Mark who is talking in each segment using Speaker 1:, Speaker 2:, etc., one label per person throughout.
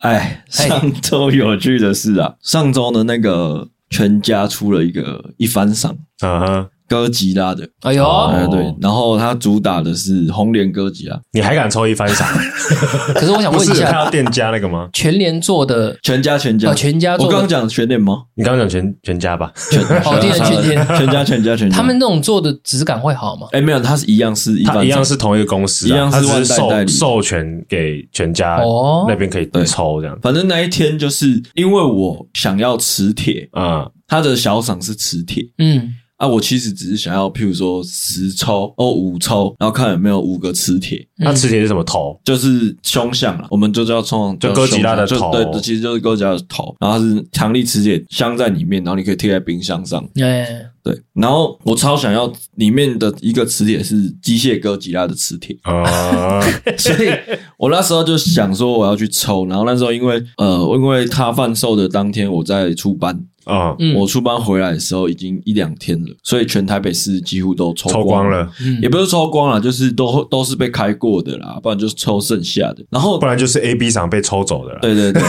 Speaker 1: 哎上周有趣的事啊，上周的那个全家出了一个一番赏
Speaker 2: 啊哈，
Speaker 1: 哥吉拉的，
Speaker 3: 哎呦，
Speaker 2: 哦
Speaker 1: 哎对，然后它主打的是红莲哥吉拉，
Speaker 2: 你还敢抽一 番赏？
Speaker 3: 可是我想
Speaker 2: 不
Speaker 3: 问
Speaker 2: 是
Speaker 3: 一
Speaker 2: 有看
Speaker 3: 下
Speaker 2: 到，店家那个吗？
Speaker 3: 全联做的
Speaker 1: 全家全家
Speaker 3: 呃全家做
Speaker 1: 我刚刚
Speaker 3: 的，
Speaker 1: 讲全联吗？
Speaker 2: 你刚刚讲全全家吧？
Speaker 1: 全
Speaker 3: 哦店全联
Speaker 1: 全家全
Speaker 2: 嗯
Speaker 1: 家全家，
Speaker 3: 他们那种做的质感会好吗？
Speaker 1: 哎没有，它是一样是一番
Speaker 2: 它
Speaker 1: 赏
Speaker 2: 一样是同一个公司啊，
Speaker 1: 一样是
Speaker 2: 它只是
Speaker 1: 万代代
Speaker 2: 授
Speaker 1: 理
Speaker 2: 授权给全家
Speaker 3: 哦
Speaker 2: 那边可以
Speaker 1: 对
Speaker 2: 抽这样。
Speaker 1: 反正那一天就是因为我想要磁铁，
Speaker 2: 啊，
Speaker 1: 它的小赏是磁铁
Speaker 3: 嗯，
Speaker 1: 啊，我其实只是想要，譬如说十抽哦五抽，然后看有没有五个磁铁，
Speaker 2: 那磁铁是什么头？
Speaker 1: 就是凶相了，我们就叫冲，
Speaker 2: 就
Speaker 1: 叫
Speaker 2: 哥吉拉的
Speaker 1: 凶相
Speaker 2: 头
Speaker 1: 就对，其实就是哥吉拉的头，然后它是强力磁铁镶在里面，然后你可以贴在冰箱上，
Speaker 3: 哎，
Speaker 1: 对，然后我超想要里面的一个磁铁是机械哥吉拉的磁 铁，
Speaker 2: 啊，
Speaker 1: 所以我那时候就想说我要去抽，然后那时候因为呃，因为他贩售的当天我在出班，
Speaker 2: 啊，
Speaker 3: 嗯
Speaker 1: 我出班回来的时候已经一两天了，所以全台北市几乎都抽
Speaker 2: 抽光，了，
Speaker 3: 嗯
Speaker 1: 也不是抽光了，就是都都是被开过的啦，不然就是抽剩下的。然后
Speaker 2: 不然就是 A、B 赏被抽走的了。
Speaker 1: 对对 对，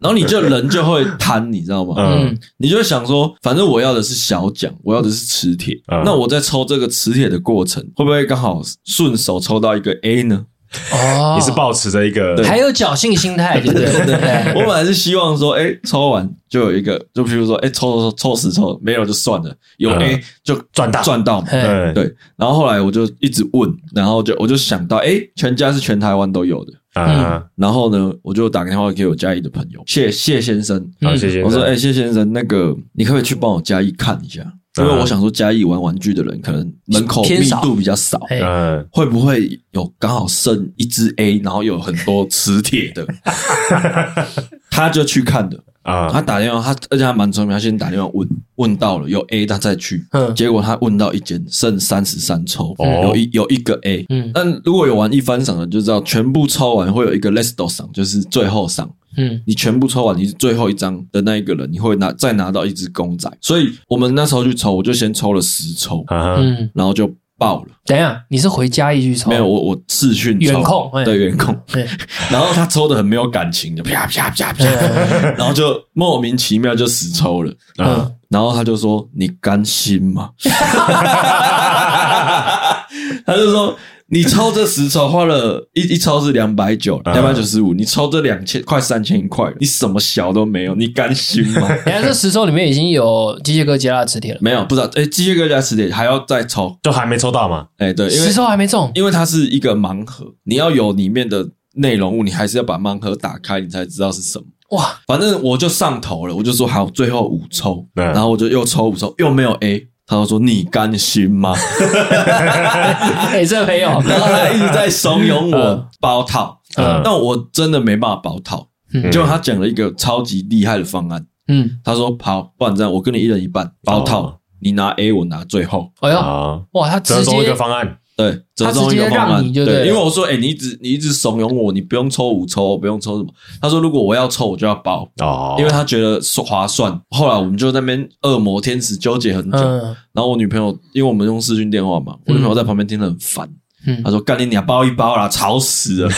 Speaker 1: 然后你就人就会贪，你知道吗？
Speaker 2: 嗯
Speaker 3: 嗯
Speaker 1: 你就会想说，反正我要的是小奖，我要的是磁铁。
Speaker 2: 嗯
Speaker 1: 那我在抽这个磁铁的过程，会不会刚好顺手抽到一个 A 呢？
Speaker 3: 哦，
Speaker 2: 你是抱持着一个
Speaker 3: 还有侥幸心态，对不对？
Speaker 1: 我
Speaker 3: 对
Speaker 1: 本来是希望说，哎、抽完就有一个，就比如说，哎、抽抽抽抽十抽没有就算了，有
Speaker 2: 嗯
Speaker 1: A 就
Speaker 2: 赚到
Speaker 1: 赚到嘛。
Speaker 3: 嘿
Speaker 2: 对
Speaker 1: 对，然后后来我就一直问，然后就我就想到，哎、全家是全台湾都有的。
Speaker 2: 啊，
Speaker 1: 然后呢，我就打电话给我嘉义的朋友谢谢先生，
Speaker 2: 好
Speaker 3: 嗯
Speaker 2: 谢谢。
Speaker 1: 我说：“哎、谢先生，那个你可不可以去帮我嘉义看一下？因为我想说嘉义玩玩具的人可能人口
Speaker 3: 偏
Speaker 1: 密
Speaker 3: 少
Speaker 1: 度比较少，
Speaker 3: 哎，
Speaker 2: 嗯，
Speaker 1: 会不会有刚好剩一只 A，然后有很多磁铁的？”他就去看的，
Speaker 2: 啊
Speaker 1: 他打电话，他而且他蛮聪明，他先打电话问，问到了有 A，他再去。
Speaker 3: 嗯
Speaker 1: 结果他问到一间剩三十三抽，
Speaker 2: 哦
Speaker 1: 有一有一个 A。
Speaker 3: 嗯
Speaker 1: 但如果有玩一番赏的就知道，全部抽完会有一个 lesto 赏，就是最后赏。
Speaker 3: 嗯，
Speaker 1: 你全部抽完，你最后一张的那一个人，你会拿再拿到一只公仔。所以我们那时候去抽，我就先抽了十抽，
Speaker 2: 啊，
Speaker 3: 嗯，
Speaker 1: 然后就爆了。
Speaker 3: 等一下，你是回家一去抽？
Speaker 1: 没有，我我视讯抽
Speaker 3: 远控哎
Speaker 1: 对远控，
Speaker 3: 对，
Speaker 1: 然后他抽的很没有感情的，啪啪啪啪，
Speaker 3: 嗯
Speaker 1: 然后就莫名其妙就死抽 了。
Speaker 2: 啊
Speaker 3: 嗯，
Speaker 1: 然后他就说：“你甘心吗？” 他就说：“你抽这十抽花了一一抽是两百九，
Speaker 2: 嗯
Speaker 1: 两百九十五，你抽这两千快三千块，你什么小都没有，你甘心吗？”
Speaker 3: 等一下这十抽里面已经有机械哥吉拉的磁铁了，
Speaker 1: 没有，不知道。哎、机械哥加磁铁还要再抽。
Speaker 2: 都还没抽到嘛？
Speaker 1: 哎、对，因为
Speaker 3: 十抽还没中，
Speaker 1: 因为它是一个盲盒，你要有里面的内容物，你还是要把盲盒打开，你才知道是什么。
Speaker 3: 哇，
Speaker 1: 反正我就上头了，我就说好，最后五抽，
Speaker 2: 嗯
Speaker 1: 然后我就又抽五抽，又没有 A。他就说：“你甘心吗，
Speaker 3: 哎，这朋友？”
Speaker 1: 然后他一直在怂恿我包套，
Speaker 2: 嗯
Speaker 1: 但我真的没办法包套。
Speaker 3: 嗯
Speaker 1: 结果他讲了一个超级厉害的方案，
Speaker 3: 嗯，
Speaker 1: 他说：“好，不然这样，我跟你一人一半包套
Speaker 2: 哦，
Speaker 1: 你拿 A，我拿最后。”
Speaker 3: 哎呦，
Speaker 2: 啊，
Speaker 3: 哇，他
Speaker 2: 折
Speaker 3: 直
Speaker 2: 中一个
Speaker 3: 接
Speaker 2: 方案，
Speaker 1: 对，折
Speaker 3: 他
Speaker 1: 中
Speaker 3: 直
Speaker 1: 一
Speaker 3: 接
Speaker 1: 个方
Speaker 3: 让
Speaker 1: 案
Speaker 3: 你就对了
Speaker 1: 对，因为我说，哎、你一直你一直怂恿我，你不用抽五抽，不用抽什么。他说，如果我要抽，我就要包，
Speaker 2: 哦，
Speaker 1: 因为他觉得是划算。后来我们就在那边恶魔天使纠结很久。
Speaker 3: 嗯
Speaker 1: 然后我女朋友，因为我们用视讯电话嘛，我女朋友在旁边听得很烦，
Speaker 3: 嗯
Speaker 1: 她，说：“干你娘，包一包啦，吵死 了。”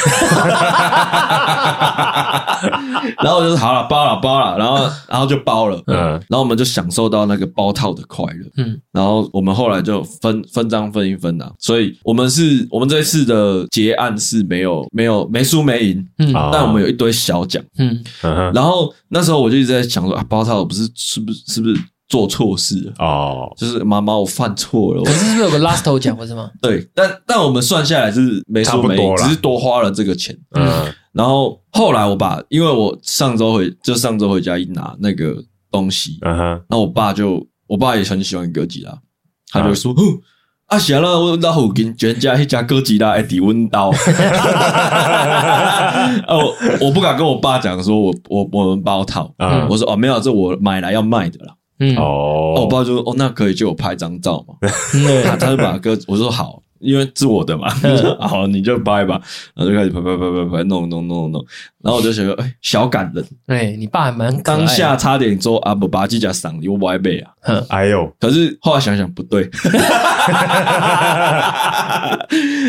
Speaker 1: 然后我就说：“好了，包了，包了。”然后然后就包了，
Speaker 2: 嗯
Speaker 1: 然后我们就享受到那个包套的快乐。
Speaker 3: 嗯，
Speaker 1: 然后我们后来就分分赃分一分啊，所以我们是我们这次的结案是没有没有没输没赢，
Speaker 3: 嗯
Speaker 2: 啊
Speaker 1: 但我们有一堆小奖。
Speaker 3: 嗯，
Speaker 2: 嗯哼
Speaker 1: 然后那时候我就一直在想说啊，包套不是是不是是不是做错事了？
Speaker 2: 哦，
Speaker 1: 就是妈妈，我犯错了。我
Speaker 3: 可是是不是有个 last 奖不是吗？
Speaker 1: 对，但但我们算下来是没输没
Speaker 2: 差不
Speaker 1: 赢，
Speaker 2: 多啦
Speaker 1: 只是多花了这个钱。
Speaker 2: 嗯
Speaker 1: 然后后来我把，因为我上周回就上周回家一拿那个东西，
Speaker 2: 嗯哼，
Speaker 1: 那我爸就，我爸也很喜欢哥吉拉，他就会说，哼啊，想让我老虎跟全家一家哥吉拉爱哎抵温刀。 啊，我我不敢跟我爸讲说我我我们包套，
Speaker 2: 啊
Speaker 1: 我说哦没有，这我买来要卖的啦。
Speaker 3: 嗯，
Speaker 1: 哦，我
Speaker 2: 哦，
Speaker 1: 爸就说哦那可以借我拍张照嘛，
Speaker 3: 嗯
Speaker 1: 啊他他就把哥我说好。因为是我的嘛，好你就拍吧，然后就开始拍拍拍拍拍弄弄弄弄，然后我就觉得哎、小感人，
Speaker 3: 哎，你爸还蛮可爱的
Speaker 1: 当下，差点说啊不把鸡甲赏你我不爱背啊，
Speaker 3: 嗯
Speaker 2: 哎呦，
Speaker 1: 可是后来想想不对，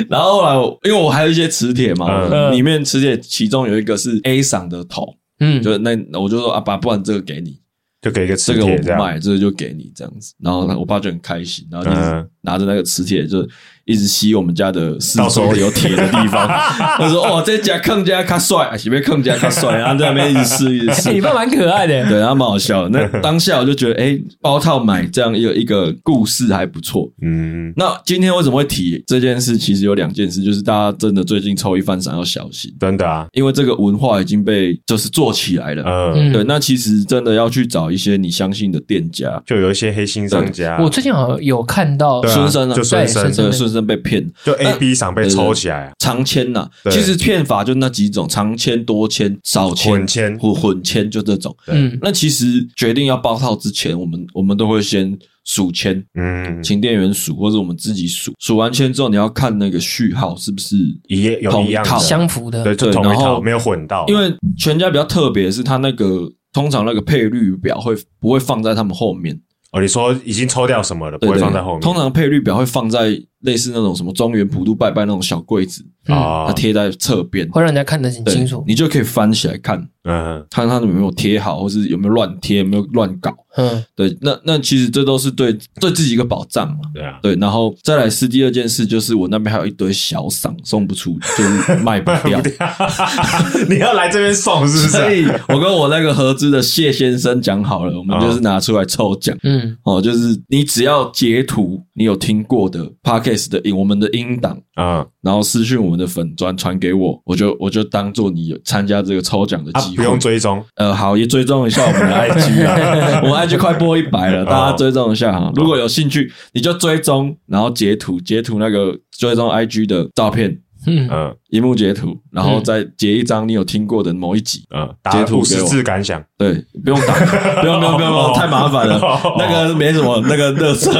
Speaker 1: 然后后来我因为我还有一些磁铁嘛，
Speaker 2: 嗯
Speaker 1: 我里面磁铁其中有一个是 A 赏的头，
Speaker 3: 嗯，
Speaker 1: 就那我就说啊爸，不然这个给你，
Speaker 2: 就给一个磁
Speaker 1: 这个我
Speaker 2: 铁
Speaker 1: 不
Speaker 2: 这样，
Speaker 1: 卖，这个就给你这样子。然后我爸就很开心，然后就一直
Speaker 2: 嗯
Speaker 1: 拿着那个磁铁，就一直吸我们家的四
Speaker 2: 到
Speaker 1: 周
Speaker 2: 处
Speaker 1: 有铁的地方。 他说：“哦，这家坑家卡帅，啊，是不是坑家卡 帅？”然后在那边一直试，一直
Speaker 3: 哎 你
Speaker 1: 试。
Speaker 3: 爸蛮可爱的，
Speaker 1: 对，然后蛮好笑的。
Speaker 2: 嗯
Speaker 1: 那当下我就觉得，哎、包套买这样一个一个故事还不错。
Speaker 2: 嗯，
Speaker 1: 那今天为什么会提这件事？其实有两件事，就是大家真的最近抽一翻伞要小心，
Speaker 2: 真的啊，
Speaker 1: 因为这个文化已经被就是做起来了。
Speaker 2: 嗯，
Speaker 3: 嗯
Speaker 1: 对，那其实真的要去找一些你相信的店家。
Speaker 2: 就有一些黑心商家，啊
Speaker 3: 我最近好像有看到
Speaker 2: 对啊
Speaker 1: 孙生啊
Speaker 2: 就
Speaker 3: 对
Speaker 2: 孙
Speaker 3: 孙
Speaker 2: 生
Speaker 3: 生
Speaker 1: 这个顺生被呃骗
Speaker 2: 就 A B 赏被抽起来啊，
Speaker 1: 长签呐、
Speaker 2: 对
Speaker 1: 其实骗法就那几种，长签、多签、少签、
Speaker 2: 混签
Speaker 1: 或混签，就这种。
Speaker 3: 嗯
Speaker 1: 那其实决定要包套之前，我们我们都会先数签，
Speaker 2: 嗯，
Speaker 1: 请店员数，或者我们自己数。数完签之后，你要看那个序号是不是
Speaker 2: 一页有一样
Speaker 1: 同套
Speaker 2: 的，
Speaker 3: 相符的
Speaker 2: 对，就
Speaker 1: 啊对
Speaker 2: 同一
Speaker 1: 然后
Speaker 2: 套，没有混到，啊
Speaker 1: 因为全家比较特别，是它那个通常那个配率表会不会放在他们后面，
Speaker 2: 哦，你说已经抽掉什么了，不
Speaker 1: 对
Speaker 2: 会
Speaker 1: 对
Speaker 2: 放在后面，
Speaker 1: 通常配率表会放在类似那种什么中原普渡拜拜那种小柜子，它
Speaker 3: 嗯，
Speaker 2: 啊，
Speaker 1: 贴在侧边，
Speaker 3: 会让人家看得很
Speaker 1: 对
Speaker 3: 清楚，
Speaker 1: 你就可以翻起来看，
Speaker 2: 嗯，
Speaker 1: 看它有没有贴好，或是有没有乱贴，有没有乱搞。
Speaker 3: 嗯
Speaker 1: 对，那那其实这都是对对自己一个保障嘛。
Speaker 2: 对啊，
Speaker 1: 对，然后再来是第二件事，就是我那边还有一堆小赏送不出，就是卖不 掉。
Speaker 2: 你要来这边送是不啊
Speaker 1: 所
Speaker 2: 是？
Speaker 1: 以我跟我那个合资的谢先生讲好了，我
Speaker 2: 啊
Speaker 1: 们就是拿出来抽奖。
Speaker 3: 嗯
Speaker 1: 哦，就是你只要截图你有听过的 podcast 的音，我们的音档，
Speaker 2: 嗯，
Speaker 1: 然后私讯我们的粉砖传给我，我就我就当做你有参加这个抽奖的
Speaker 2: 啊，
Speaker 1: 机
Speaker 2: 不
Speaker 1: 会。
Speaker 2: 用追踪，
Speaker 1: 呃，好，也追踪一下我 们的 IG 啊，我们 IG 快破一百了，大家追踪一下哈。如果有兴趣，你就追踪，然后截图截图那个追踪 IG 的照片，
Speaker 3: 嗯，
Speaker 2: 嗯
Speaker 1: 荧幕截图，然后再截一张你有听过的某一集。
Speaker 2: 嗯，打
Speaker 1: 截图
Speaker 2: 五
Speaker 1: 给
Speaker 2: 十
Speaker 1: 我
Speaker 2: 字感想，
Speaker 1: 对，不 用打，不用不用不用不用，太麻烦了，
Speaker 2: 哦
Speaker 1: 那个没什么，那个乐 色，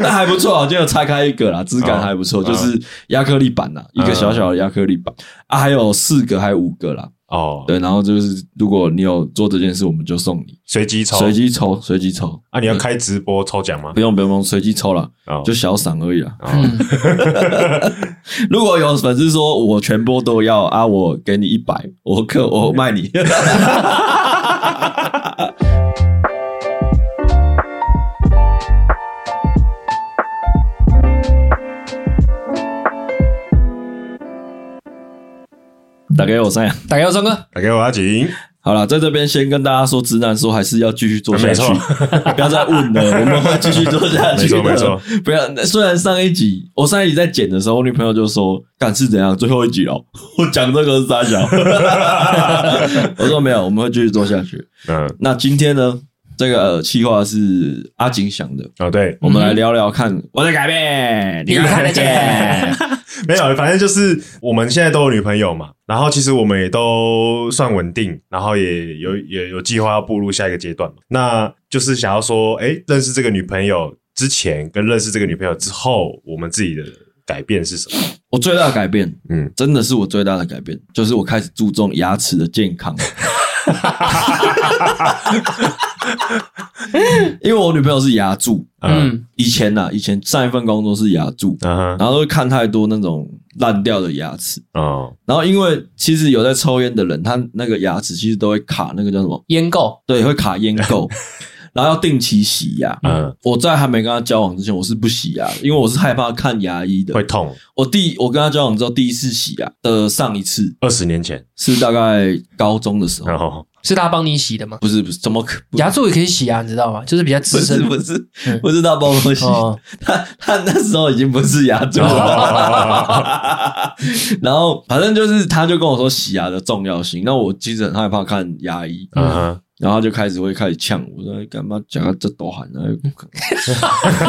Speaker 1: 那还不错啊，就有拆开一个啦，质感还不错，
Speaker 2: 哦嗯
Speaker 1: 就是亚克力板啦，一个小小的亚克力板啊，还有四个还有五个啦，
Speaker 2: 哦，
Speaker 1: 对，然后就是如果你有做这件事，我们就送你
Speaker 2: 随机抽，
Speaker 1: 随机抽，随机抽，
Speaker 2: 啊，你要开直播抽奖吗
Speaker 1: 不？用不用不用，随机抽啦，
Speaker 2: 哦
Speaker 1: 就小赏而已啦。
Speaker 3: 嗯
Speaker 1: 如果有粉丝说我全波都要啊，我给你一百，我克我卖你。 打给我三样。
Speaker 3: 打给我松哥，
Speaker 2: 打给我阿锦，
Speaker 1: 好了，在这边先跟大家说，直男说还是要继续做下去
Speaker 2: 没，
Speaker 1: 不要再问了， 我们会继续做下去。
Speaker 2: 没错没错，
Speaker 1: 不要。虽然上一集我上一集在剪的时候，我女朋友就说：“干是怎样？最后一集哦，我讲这个是傻 小。”我说：“没有，我们会继续做下去。
Speaker 2: 嗯，”
Speaker 1: 那今天呢，这个呃企划是阿景想的，
Speaker 2: 哦对，
Speaker 1: 我们来聊聊看我的改变，你看得见。
Speaker 2: 没有，啊反正就是我们现在都有女朋友嘛，然后其实我们也都算稳定，然后也有也有计划要步入下一个阶段嘛。那就是想要说，哎、认识这个女朋友之前跟认识这个女朋友之后，我们自己的改变是什么？
Speaker 1: 我最大的改变，
Speaker 2: 嗯，
Speaker 1: 真的是我最大的改变，就是我开始注重牙齿的健康。因为我女朋友是牙蛀，
Speaker 2: 嗯
Speaker 3: 嗯
Speaker 1: 以前呐、啊，以前上一份工作是牙蛀，
Speaker 2: 嗯哼
Speaker 1: 然后会看太多那种烂掉的牙齿，
Speaker 2: 哦
Speaker 1: 然后因为其实有在抽烟的人，他那个牙齿其实都会卡那个叫什么？
Speaker 3: 烟垢，
Speaker 1: 对，会卡烟垢，然后要定期洗牙。
Speaker 2: 嗯，
Speaker 1: 我在还没跟他交往之前，我是不洗牙的，因为我是害怕看牙医的
Speaker 2: 会。痛，
Speaker 1: 我第我跟他交往之后第一次洗牙的上一次
Speaker 2: 二十年前，
Speaker 1: 是大概高中的时候，
Speaker 2: 然后
Speaker 3: 是他帮你洗的吗？
Speaker 1: 不是不是，怎么可不
Speaker 3: 牙柱也可以洗啊，你知道吗？就是比较
Speaker 1: 不
Speaker 3: 资
Speaker 1: 是
Speaker 3: 深
Speaker 1: 不是 不是他帮我洗，
Speaker 3: 哦，
Speaker 1: 他他那时候已经不是牙蛀了，然后反正就是他就跟我说洗牙的重要性，那我其实很害怕看牙医，
Speaker 2: 嗯哼，
Speaker 1: 然后他就开始会开始呛我说哎干嘛讲到这多寒啊，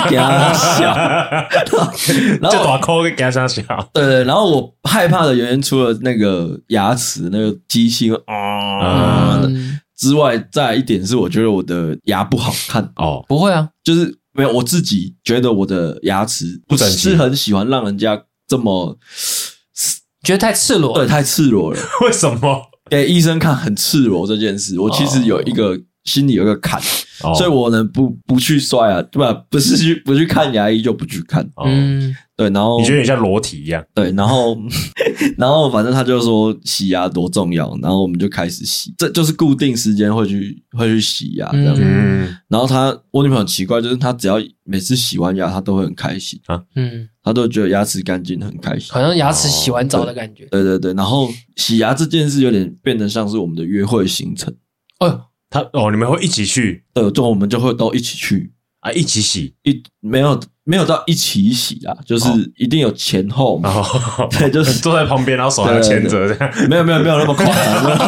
Speaker 1: 给他笑，啊然后然
Speaker 2: 就
Speaker 1: 后
Speaker 2: 打 call 给他上笑，
Speaker 1: 对对，然后我害怕的原因除了那个牙齿那个机器
Speaker 2: 哦
Speaker 1: 会啊
Speaker 3: 嗯，
Speaker 1: 之外，再来一点是我觉得我的牙不好看，
Speaker 2: 哦，
Speaker 3: 不会啊，
Speaker 1: 就是没有我自己觉得我的牙齿
Speaker 2: 不
Speaker 1: 不
Speaker 2: 整齐
Speaker 1: 是很喜欢让人家这么
Speaker 3: 觉得太赤裸
Speaker 1: 对
Speaker 3: 了，
Speaker 1: 太赤裸了，
Speaker 2: 为什么？
Speaker 1: 给医生看很赤裸这件事，我其实有一个、心里有一个坎，
Speaker 2: 哦
Speaker 1: 所以我呢不不去刷牙，对吧？不是去不去看牙医就不去看，
Speaker 2: 哦
Speaker 3: 嗯，
Speaker 1: 对，然后
Speaker 2: 你觉得你像裸体一样？
Speaker 1: 对，然后 然后反正他就说洗牙多重要，然后我们就开始洗，这就是固定时间会去会去洗牙这样。
Speaker 3: 嗯
Speaker 2: 嗯，
Speaker 1: 然后他我女朋友很奇怪，就是她只要每次洗完牙，她都会很开心，
Speaker 3: 嗯，
Speaker 1: 她都觉得牙齿干净，很开心
Speaker 3: 好。像牙齿洗完澡的感觉。
Speaker 1: 对对对，然后洗牙这件事有点变得像是我们的约会行程，
Speaker 3: 哦，
Speaker 2: 他哦，你们会一起去
Speaker 1: 对，呃就我们就会都一起去，
Speaker 2: 啊，一起洗，
Speaker 1: 一没有没有到一起洗啊，就是一定有前后嘛
Speaker 2: 然，后
Speaker 1: 对，就是
Speaker 2: 坐在旁边，然后手还牵着这样。
Speaker 1: 没有没有没有那么夸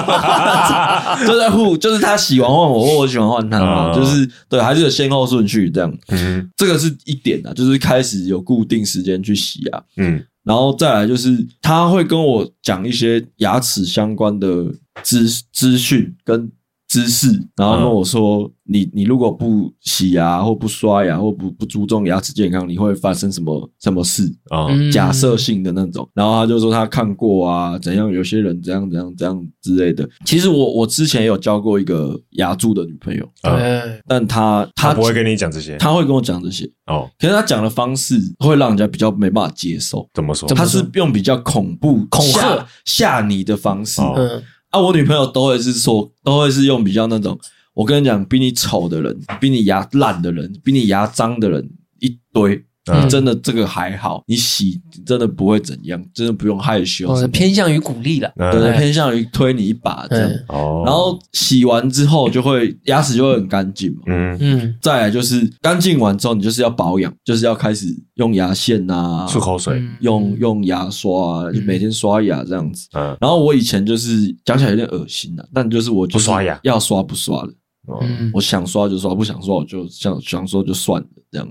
Speaker 1: 张，就在互就是他喜欢换我，或我喜欢换他嘛，
Speaker 2: 嗯
Speaker 1: 就是对，还是有先后顺序这样。
Speaker 2: 嗯
Speaker 1: 这个是一点啊，就是开始有固定时间去洗牙，
Speaker 2: 嗯
Speaker 1: 然后再来就是他会跟我讲一些牙齿相关的资资讯跟知识，然后跟我说，你你如果不洗牙或不刷牙或不不注重牙齿健康，你会发生什么什么事？
Speaker 2: 啊
Speaker 3: 嗯
Speaker 1: 假设性的那种，然后他就说他看过啊，怎样有些人怎样怎样怎样之类的。其实我我之前有交过一个牙柱的女朋友，
Speaker 3: 嗯对，
Speaker 1: 但她
Speaker 2: 他
Speaker 1: 她
Speaker 2: 不会跟你讲这些
Speaker 1: 她会跟我讲这些，
Speaker 2: 哦？
Speaker 1: 可是她讲的方式会让人家比较没办法接受。
Speaker 2: 怎么说？
Speaker 1: 她是用比较恐怖、恐吓吓你的方式、
Speaker 2: 哦
Speaker 3: 嗯，
Speaker 1: 啊！我女朋友都会是说，都会是用比较那种，我跟你讲，比你丑的人，比你牙烂的人，比你牙脏的人一堆，
Speaker 2: 嗯
Speaker 1: 你真的这个还好，你洗真的不会怎样，真的不用害羞什
Speaker 3: 哦
Speaker 1: 么，
Speaker 3: 偏向于鼓励了。
Speaker 2: 嗯
Speaker 1: 对对，
Speaker 3: 哎
Speaker 1: 偏向于推你一把这样。
Speaker 3: 嗯
Speaker 2: 哦，
Speaker 1: 然后洗完之后就会牙齿就会很干净嘛。
Speaker 2: 嗯，
Speaker 3: 嗯，
Speaker 1: 再来就是干净完之后，你就是要保养，就是要开始用牙线啊，
Speaker 2: 漱口水，
Speaker 3: 嗯
Speaker 1: 用用牙刷啊，就每天刷牙这样子。
Speaker 2: 嗯
Speaker 1: 然后我以前就是讲起来有点恶心啊，但就是我就是
Speaker 2: 不刷牙
Speaker 1: 要刷不刷的，
Speaker 2: 哦
Speaker 3: 嗯
Speaker 1: 我想刷就刷，不想刷我就想想说就算了这样。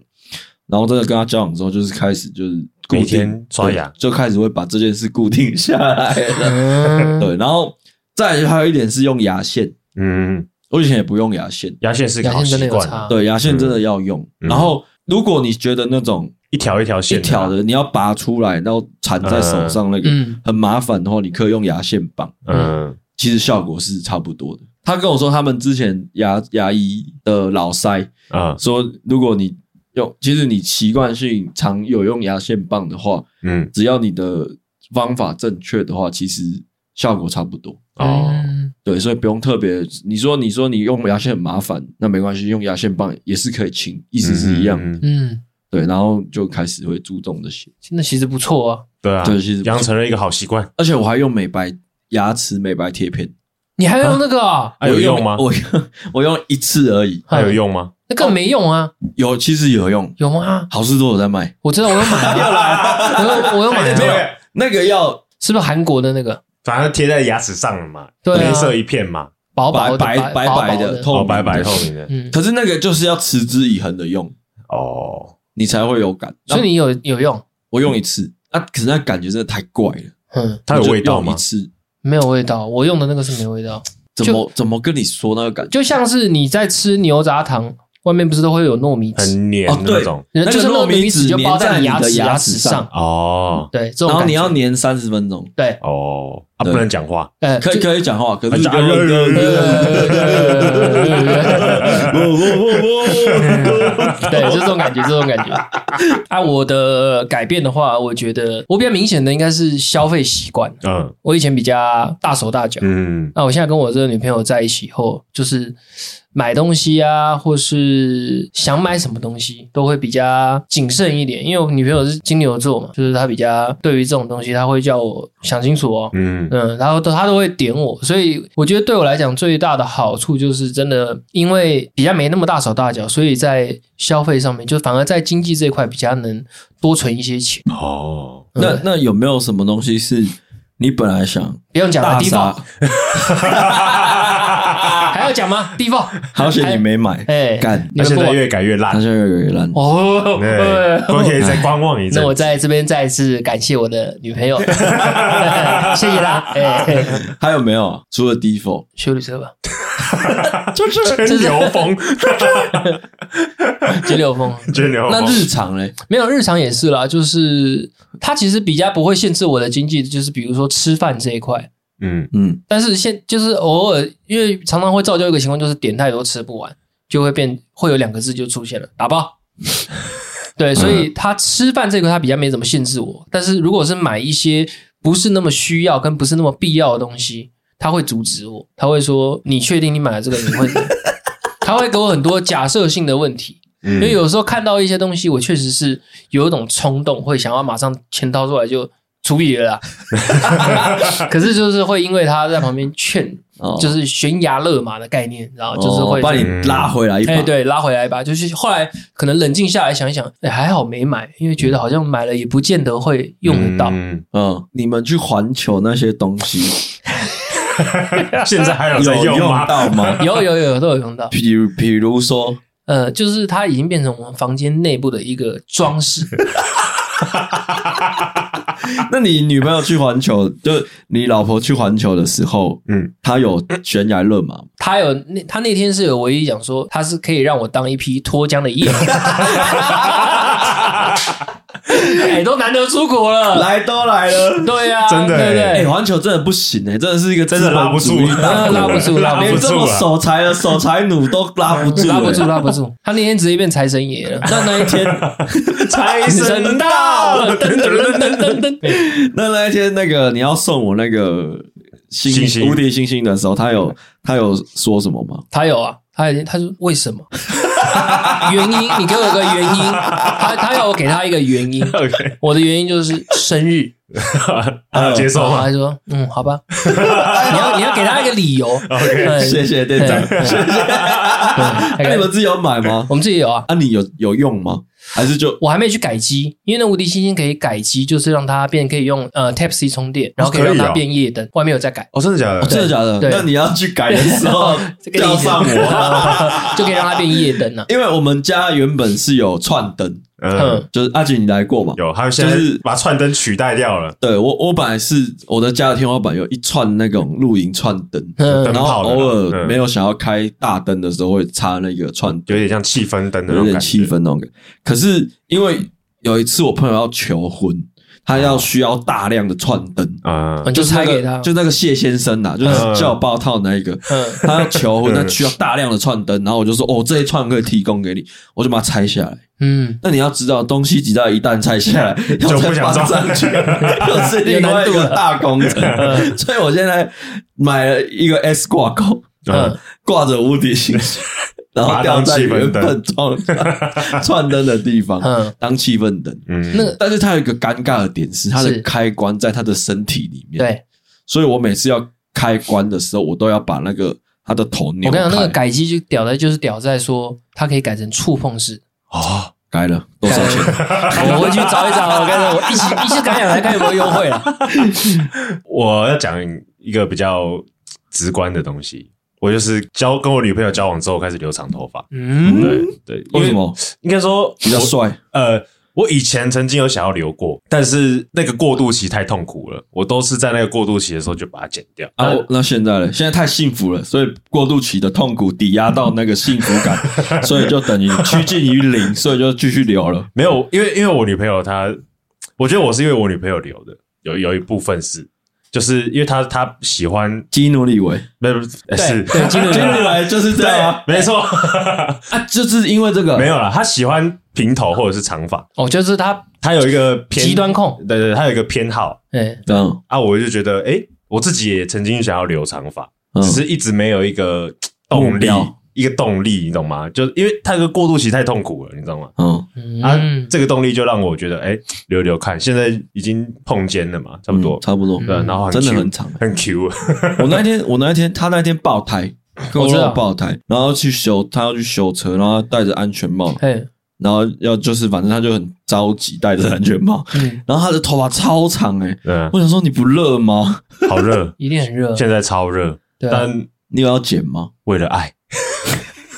Speaker 1: 然后真的跟他交往之后，就是开始就是固定
Speaker 2: 每天刷牙
Speaker 1: 对就开始会把这件事固定下来了。
Speaker 3: 嗯
Speaker 1: 对，然后再来就还有一点是用牙线，
Speaker 2: 嗯，
Speaker 1: 我以前也不用牙线，
Speaker 2: 牙线是个
Speaker 3: 牙
Speaker 2: 好
Speaker 3: 线真的
Speaker 2: 习
Speaker 3: 有
Speaker 2: 惯，
Speaker 3: 差，
Speaker 1: 对，牙线真的要用。
Speaker 2: 嗯啊
Speaker 1: 然后如果你觉得那种
Speaker 2: 一条一条
Speaker 1: 一
Speaker 2: 线，
Speaker 1: 条，的你要拔出来，然后缠在手上那个
Speaker 3: 嗯
Speaker 1: 很麻烦的话，你可以用牙线绑。
Speaker 2: 嗯
Speaker 1: 其实效果是差不多的。他跟我说，他们之前牙牙医的老塞
Speaker 2: 啊
Speaker 1: 说，如果你用，其实你习惯性常有用牙线棒的话，
Speaker 2: 嗯
Speaker 1: 只要你的方法正确的话，其实效果差不多。
Speaker 2: 哦，
Speaker 3: 嗯
Speaker 1: 对，所以不用特别。你说，你说你用牙线很麻烦，那没关系，用牙线棒也是可以清，意思是一样。
Speaker 2: 嗯嗯嗯
Speaker 3: 嗯，
Speaker 1: 对，然后就开始会注重这些，
Speaker 3: 真的其实不错啊。
Speaker 2: 对啊，
Speaker 1: 对其实不
Speaker 2: 养成了一个好习惯，
Speaker 1: 而且我还用美白牙齿美白贴片，
Speaker 3: 你还要用那个啊？
Speaker 2: 啊
Speaker 1: 我
Speaker 2: 有用吗？
Speaker 1: 我我用一次而已，
Speaker 2: 它有用吗？
Speaker 3: 那更没用啊？
Speaker 1: 有其实有用，
Speaker 3: 有吗？
Speaker 1: 好事多有在卖。
Speaker 3: 我知道，我有买啊，我有我有买
Speaker 2: 哎
Speaker 3: 啊，
Speaker 2: 没有，
Speaker 1: 那个要
Speaker 3: 是不是韩国的那个？
Speaker 2: 反正贴在牙齿上了嘛，
Speaker 3: 对啊
Speaker 2: 镭射一片嘛，
Speaker 3: 薄薄
Speaker 1: 白
Speaker 3: 的
Speaker 1: 白白
Speaker 3: 薄薄
Speaker 1: 白
Speaker 3: 的，
Speaker 1: 透
Speaker 2: 哦，
Speaker 1: 明
Speaker 2: 白白
Speaker 1: 的
Speaker 2: 透明的，
Speaker 3: 嗯，
Speaker 1: 可是那个就是要持之以恒的用，
Speaker 2: 哦，
Speaker 1: 你才会有感。
Speaker 3: 所以你有有用？
Speaker 1: 我用一次啊，可是那感觉真的太怪了。
Speaker 3: 嗯，
Speaker 2: 它有
Speaker 1: 我就
Speaker 2: 味道
Speaker 1: 用
Speaker 2: 吗
Speaker 1: 一？次
Speaker 3: 没有味道，我用的那个是没有味道，
Speaker 1: 怎么怎么跟你说那个感觉？
Speaker 3: 就像是你在吃牛杂糖，外面不是都会有糯米糍，
Speaker 2: 很黏的
Speaker 1: 哦对
Speaker 2: 那种，
Speaker 1: 那个
Speaker 3: 就是糯米
Speaker 1: 糯米糍
Speaker 3: 就包
Speaker 1: 粘在
Speaker 3: 在齿
Speaker 1: 你的牙
Speaker 3: 牙
Speaker 1: 齿上
Speaker 3: 上，
Speaker 2: 哦
Speaker 3: 对，这种
Speaker 1: 然后
Speaker 3: 感
Speaker 1: 你要
Speaker 3: 觉
Speaker 1: 粘三十分钟，
Speaker 3: 对，
Speaker 2: 哦，啊，
Speaker 1: 对
Speaker 2: 不能讲话，
Speaker 3: 呃，
Speaker 1: 可以
Speaker 3: 就
Speaker 1: 可以讲话，可是
Speaker 2: 啊讲
Speaker 3: 对，就这种感觉，这种感觉。啊，我的改变的话，我觉得我比较明显的应该是消费习惯。
Speaker 2: 嗯
Speaker 3: 我以前比较大手大脚，
Speaker 2: 嗯
Speaker 3: 那我现在跟我这个女朋友在一起后，就是买东西啊，或是想买什么东西，都会比较谨慎一点。因为我女朋友是金牛座嘛，就是她比较对于这种东西，她会叫我想清楚哦。
Speaker 2: 嗯
Speaker 3: 嗯，然后都她都会点我，所以我觉得对我来讲最大的好处就是真的，因为比较没那么大手大脚，所以在消费上面就反而在经济这一块比较能多存一些钱。
Speaker 2: 哦，
Speaker 1: 那那有没有什么东西是你本来想
Speaker 3: 不用讲了，
Speaker 1: 大
Speaker 3: 地
Speaker 1: 傻
Speaker 3: 方？ 还要讲吗？地 方，
Speaker 1: 好险你没买，
Speaker 3: 哎，
Speaker 1: 干，
Speaker 3: 你
Speaker 2: 那
Speaker 3: 们
Speaker 2: 现
Speaker 3: 不
Speaker 2: 在
Speaker 3: 玩
Speaker 2: 越哎改越 烂
Speaker 1: 他，现在越来越烂。
Speaker 3: 哦，
Speaker 2: 对，我可以再观望一 阵
Speaker 3: 那。我在这边再次感谢我的女朋 友，谢谢她。哎、
Speaker 1: 还有没有？除了 default，
Speaker 2: 哦
Speaker 3: 修理 车吧，
Speaker 2: 就是吹牛风，
Speaker 3: 九六风
Speaker 2: 吹牛风
Speaker 1: 那日常嘞？
Speaker 3: 没有日常也是啦，就是它其实比较不会限制我的经济，就是比如说吃饭这一块。
Speaker 2: 嗯
Speaker 1: 嗯，
Speaker 3: 但是现就是偶尔，因为常常会造就一个情况，就是点太多吃不完，就会变会有两个字就出现了，打包。对，所以他吃饭这个他比较没怎么限制我，但是如果是买一些不是那么需要跟不是那么必要的东西，他会阻止我，他会说：“你确定你买了 这个你会？”他会给我很多假设性的问题，因为
Speaker 2: 嗯，
Speaker 3: 有时候看到一些东西，我确实是有一种冲动，会想要马上钱掏出来就处理 了啦。可是就是会因为他在旁边劝，
Speaker 1: 哦
Speaker 3: 就是悬崖勒马的概念，然后就是会
Speaker 1: 哦把你拉回来一把。
Speaker 3: 哎、对，拉回来吧。就是后来可能冷静下来想一想，哎、还好没买，因为觉得好像买了也不见得会用得到。
Speaker 2: 嗯
Speaker 1: 嗯，你们去环球那些东西
Speaker 2: 现在哎还有啊在
Speaker 1: 有用
Speaker 2: 吗？
Speaker 1: 到 吗？
Speaker 3: 有有有都有用到，
Speaker 1: 比如比如说，
Speaker 3: 呃，就是它已经变成我们房间内部的一个装饰。
Speaker 1: 那你女朋友去环球，就你老婆去环球的时候，
Speaker 2: 嗯，
Speaker 1: 她有悬崖勒马吗，
Speaker 3: 他有那他那天是有唯一讲说，他是可以让我当一匹脱缰的野马。 哎，都难得出国了，
Speaker 1: 来都来了。
Speaker 3: 对呀、
Speaker 2: 真的
Speaker 3: 对不
Speaker 1: 哎，
Speaker 3: 对？
Speaker 1: 环球真的不行哎，真的是一个
Speaker 2: 真的 拉不
Speaker 1: 资
Speaker 2: 住
Speaker 1: 本主义大国
Speaker 3: 拉不住拉不住
Speaker 1: 连这么
Speaker 2: 啊
Speaker 1: 守财的守财奴都拉不住，
Speaker 3: 拉不住，
Speaker 1: 哎
Speaker 3: 拉不住。他那天直接变财神爷 了。
Speaker 1: 那那一天，
Speaker 2: 财神到
Speaker 3: 到，噔噔噔噔噔噔。
Speaker 1: 那那一天，那个你要送我那个星
Speaker 2: 星星
Speaker 1: 无敌星星的时候，他有他有说什么吗？
Speaker 3: 他有啊，他已经他说为什么？ 原因，你给我个原因。他他要我给他一个原因，
Speaker 2: OK，
Speaker 3: 我的原因就是生日。
Speaker 2: 他有 接受
Speaker 3: 然后
Speaker 2: 吗
Speaker 3: 他就说嗯，好吧。你要你要给他一个理由。
Speaker 2: ？OK，
Speaker 3: 对
Speaker 1: 谢谢店长，
Speaker 3: 对
Speaker 1: 谢谢。
Speaker 3: 对
Speaker 1: 那你们自己有买吗？
Speaker 3: 我们自己有啊，
Speaker 1: 啊，你有有用吗？还是就哦
Speaker 3: 我还没去改机，因为那无敌星星可以改机，就是让它变可以用呃 Type C 充电，然后可以
Speaker 2: 可以
Speaker 3: 让
Speaker 2: 哦
Speaker 3: 它变夜灯。我还没有再改，
Speaker 2: 哦，真的假的
Speaker 1: 哦？真的假的？
Speaker 3: 对
Speaker 1: 那你要去改的时候
Speaker 3: 这个
Speaker 1: 叫上我，
Speaker 3: 我， 就可以让它变夜灯了、
Speaker 1: 因为我们家原本是有串灯，
Speaker 2: 嗯，
Speaker 3: 嗯，
Speaker 1: 就是阿锦你来过嘛？
Speaker 2: 有，还有现在
Speaker 1: 就是
Speaker 2: 把串灯取代掉了，
Speaker 1: 对我，我本来是我的家的天花板有一串那种露营串灯，
Speaker 3: 嗯
Speaker 1: 然后偶
Speaker 2: 灯泡的
Speaker 1: 尔
Speaker 2: 嗯
Speaker 1: 没有想要开大灯的时候会插那个串
Speaker 2: 有
Speaker 1: 灯，
Speaker 2: 点像气氛灯的那
Speaker 1: 有
Speaker 2: 种感
Speaker 1: 点
Speaker 2: 觉
Speaker 1: 气氛那种感觉。可是因为有一次我朋友要求婚，他
Speaker 2: 哦
Speaker 1: 要需要大量的串灯，
Speaker 2: 啊
Speaker 3: 哦你就
Speaker 1: 就是那
Speaker 3: 拆
Speaker 1: 个
Speaker 3: 给他，
Speaker 1: 就那个谢先生呐，就是
Speaker 2: 嗯
Speaker 1: 叫我帮我套那一个，
Speaker 3: 嗯，
Speaker 1: 他要求 婚，
Speaker 2: 嗯
Speaker 1: 他需要大量的串灯，然后我就说哦，这一串可以提供给你，我就把它拆下来。
Speaker 3: 嗯，
Speaker 1: 那你要知道，东西几大一旦拆下来，要
Speaker 2: 就
Speaker 1: 再
Speaker 2: 不想
Speaker 1: 放
Speaker 2: 装
Speaker 1: 上 去，又是另外一
Speaker 3: 有难度
Speaker 1: 个
Speaker 3: 了
Speaker 1: 大工程。 所以我现在买了一个 S 挂钩，
Speaker 3: 嗯
Speaker 1: 挂着无 敌星星，然后吊在原
Speaker 2: 把它
Speaker 1: 本装 串灯的地方
Speaker 3: 嗯，
Speaker 1: 当气氛灯。
Speaker 2: 嗯
Speaker 3: 那个
Speaker 1: 但是它有一个尴尬的点是，它的
Speaker 3: 是
Speaker 1: 开关在它的身体里面。
Speaker 3: 对
Speaker 1: 所以我每次要开关的时候，我都要把那个它的头扭
Speaker 3: 我
Speaker 1: 开。
Speaker 3: 跟你讲，那个改机就屌的，就是屌在说它可以改成触碰式。
Speaker 1: 哦，改了多
Speaker 3: 改
Speaker 1: 少钱？
Speaker 3: 我回去找一找，我跟你说，我一起一起改两台看有没有优惠了。
Speaker 2: 我要讲一个比较直观的东西，我就是交跟我女朋友交往之后开始留长头发，
Speaker 3: 嗯，
Speaker 2: 对对，因
Speaker 1: 为什？么
Speaker 2: 应该说
Speaker 1: 比较
Speaker 2: 我
Speaker 1: 帅？
Speaker 2: 呃，我以前曾经有想要留过，但是那个过渡期太痛苦了，我都是在那个过渡期的时候就把它剪掉。
Speaker 1: 啊，我那现在呢？现在太幸福了，所以过渡期的痛苦抵押到那个幸福 感，所以就等于趋近于零，所以就继续留了。
Speaker 2: 没有，因为因为我女朋友她，我觉得我是因为我女朋友留的，有有一部分是，就是因为她她喜欢，
Speaker 1: 基努里维，
Speaker 2: 没有呃是
Speaker 3: 对，金
Speaker 1: 基努
Speaker 3: 额
Speaker 1: 里维就是这样啊，
Speaker 2: 没 错，
Speaker 1: 啊，就是因为这个
Speaker 2: 没有啦，她喜欢平头或者是长发，
Speaker 3: 哦，就是它
Speaker 2: 她有一个偏
Speaker 3: 极端，控，
Speaker 2: 对对，她有一个偏好
Speaker 3: 哎，
Speaker 1: 这样，
Speaker 2: 啊，我就觉得诶，我自己也曾经想要留长发，
Speaker 1: 嗯
Speaker 2: 只是一直没有一个动
Speaker 1: 目
Speaker 2: 力
Speaker 1: 标，
Speaker 2: 一个动力，你懂吗？就是因为它这个过渡期太痛苦了，你知道吗？
Speaker 1: 嗯，
Speaker 2: 啊，
Speaker 3: 嗯，
Speaker 2: 这个动力就让我觉得，哎、留留看，现在已经碰肩了嘛，差不多
Speaker 1: 嗯，差不多。
Speaker 2: 对，啊然后很
Speaker 1: 真的
Speaker 2: Q，
Speaker 1: 很长
Speaker 2: 很 Q，
Speaker 1: 我那天，我那天，他那天爆胎，跟我
Speaker 3: 我知道
Speaker 1: 说爆胎，然后去修，他要去修车，然后他戴着安全帽，
Speaker 3: 哎，
Speaker 1: 然后要就是反正他就很着急，戴着安全帽，
Speaker 3: 嗯，，
Speaker 1: 然后他的头发超长哎、欸，
Speaker 2: 嗯，
Speaker 1: 我想说你不热吗？
Speaker 2: 好热
Speaker 3: 一定很热，
Speaker 2: 现在超
Speaker 1: 嗯
Speaker 2: 热，
Speaker 3: 对啊，
Speaker 2: 但
Speaker 1: 你有要剪 吗？
Speaker 2: 为了爱，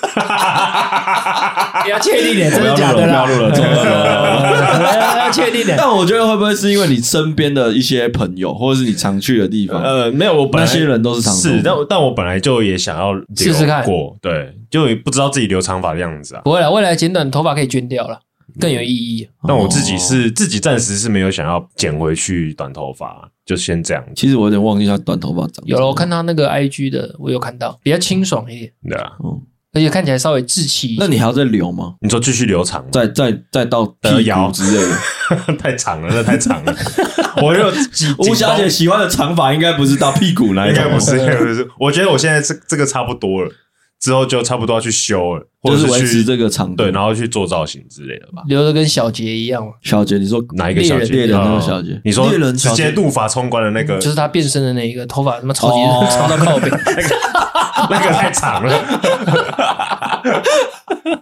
Speaker 3: 你哎要确定点，
Speaker 1: 我
Speaker 3: 真的
Speaker 1: 要
Speaker 3: 假
Speaker 1: 录
Speaker 3: 的
Speaker 1: 了，
Speaker 3: 啦
Speaker 1: 我要？录 了，走了走了。走了
Speaker 3: 要要 确定的。
Speaker 1: 但我觉得会不会是因为你身边的一些朋友，或者是你常去的地方，
Speaker 2: 呃，没有，我本
Speaker 1: 那
Speaker 2: 来
Speaker 1: 些人都哦是长头发
Speaker 2: 是，但我但我本来就也想要留
Speaker 3: 试试看
Speaker 2: 过，对，就也不知道自己留长发的样子啊。
Speaker 3: 不会了，未来剪短头发可以捐掉了，更有意义。
Speaker 2: 但我自己是、
Speaker 1: 哦
Speaker 2: 自己暂时是没有想要剪回去短头发，就先这样子，
Speaker 1: 其实我有点忘记他短头发长什么样
Speaker 3: 有了，我看他那个 IG 的，我有看到，比较清爽一点。
Speaker 2: 对啊，
Speaker 1: 嗯
Speaker 3: 而且看起来稍微稚气一
Speaker 1: 那
Speaker 3: 些。
Speaker 1: 你还要再留吗？
Speaker 2: 你说继续留长吗，
Speaker 1: 再再再到
Speaker 2: 得
Speaker 1: 屁
Speaker 2: 摇
Speaker 1: 股之类的。
Speaker 2: 太长了，那太长了。我有几
Speaker 1: 吴小姐哦喜欢的长发应该不是到屁股那一
Speaker 2: 应该
Speaker 1: 种，
Speaker 2: 不是，应该不是。我觉得我现在这这个差不多了，之后就差不多要去修了，或
Speaker 1: 就
Speaker 2: 者
Speaker 1: 是维
Speaker 2: 去
Speaker 1: 持这个长度。
Speaker 2: 对，然后去做造型之类的吧。
Speaker 3: 留的跟小杰一样嘛，
Speaker 1: 小姐，你说
Speaker 2: 哪一个小姐？
Speaker 1: 猎人猎人
Speaker 2: 哦
Speaker 1: 那个小姐
Speaker 2: 你说
Speaker 1: 猎人
Speaker 2: 直
Speaker 1: 小姐
Speaker 2: 接怒发冲冠的那个，
Speaker 3: 就是他变身的那一个，头发他妈超级
Speaker 1: 哦
Speaker 3: 超到靠背，
Speaker 2: 那个太长了。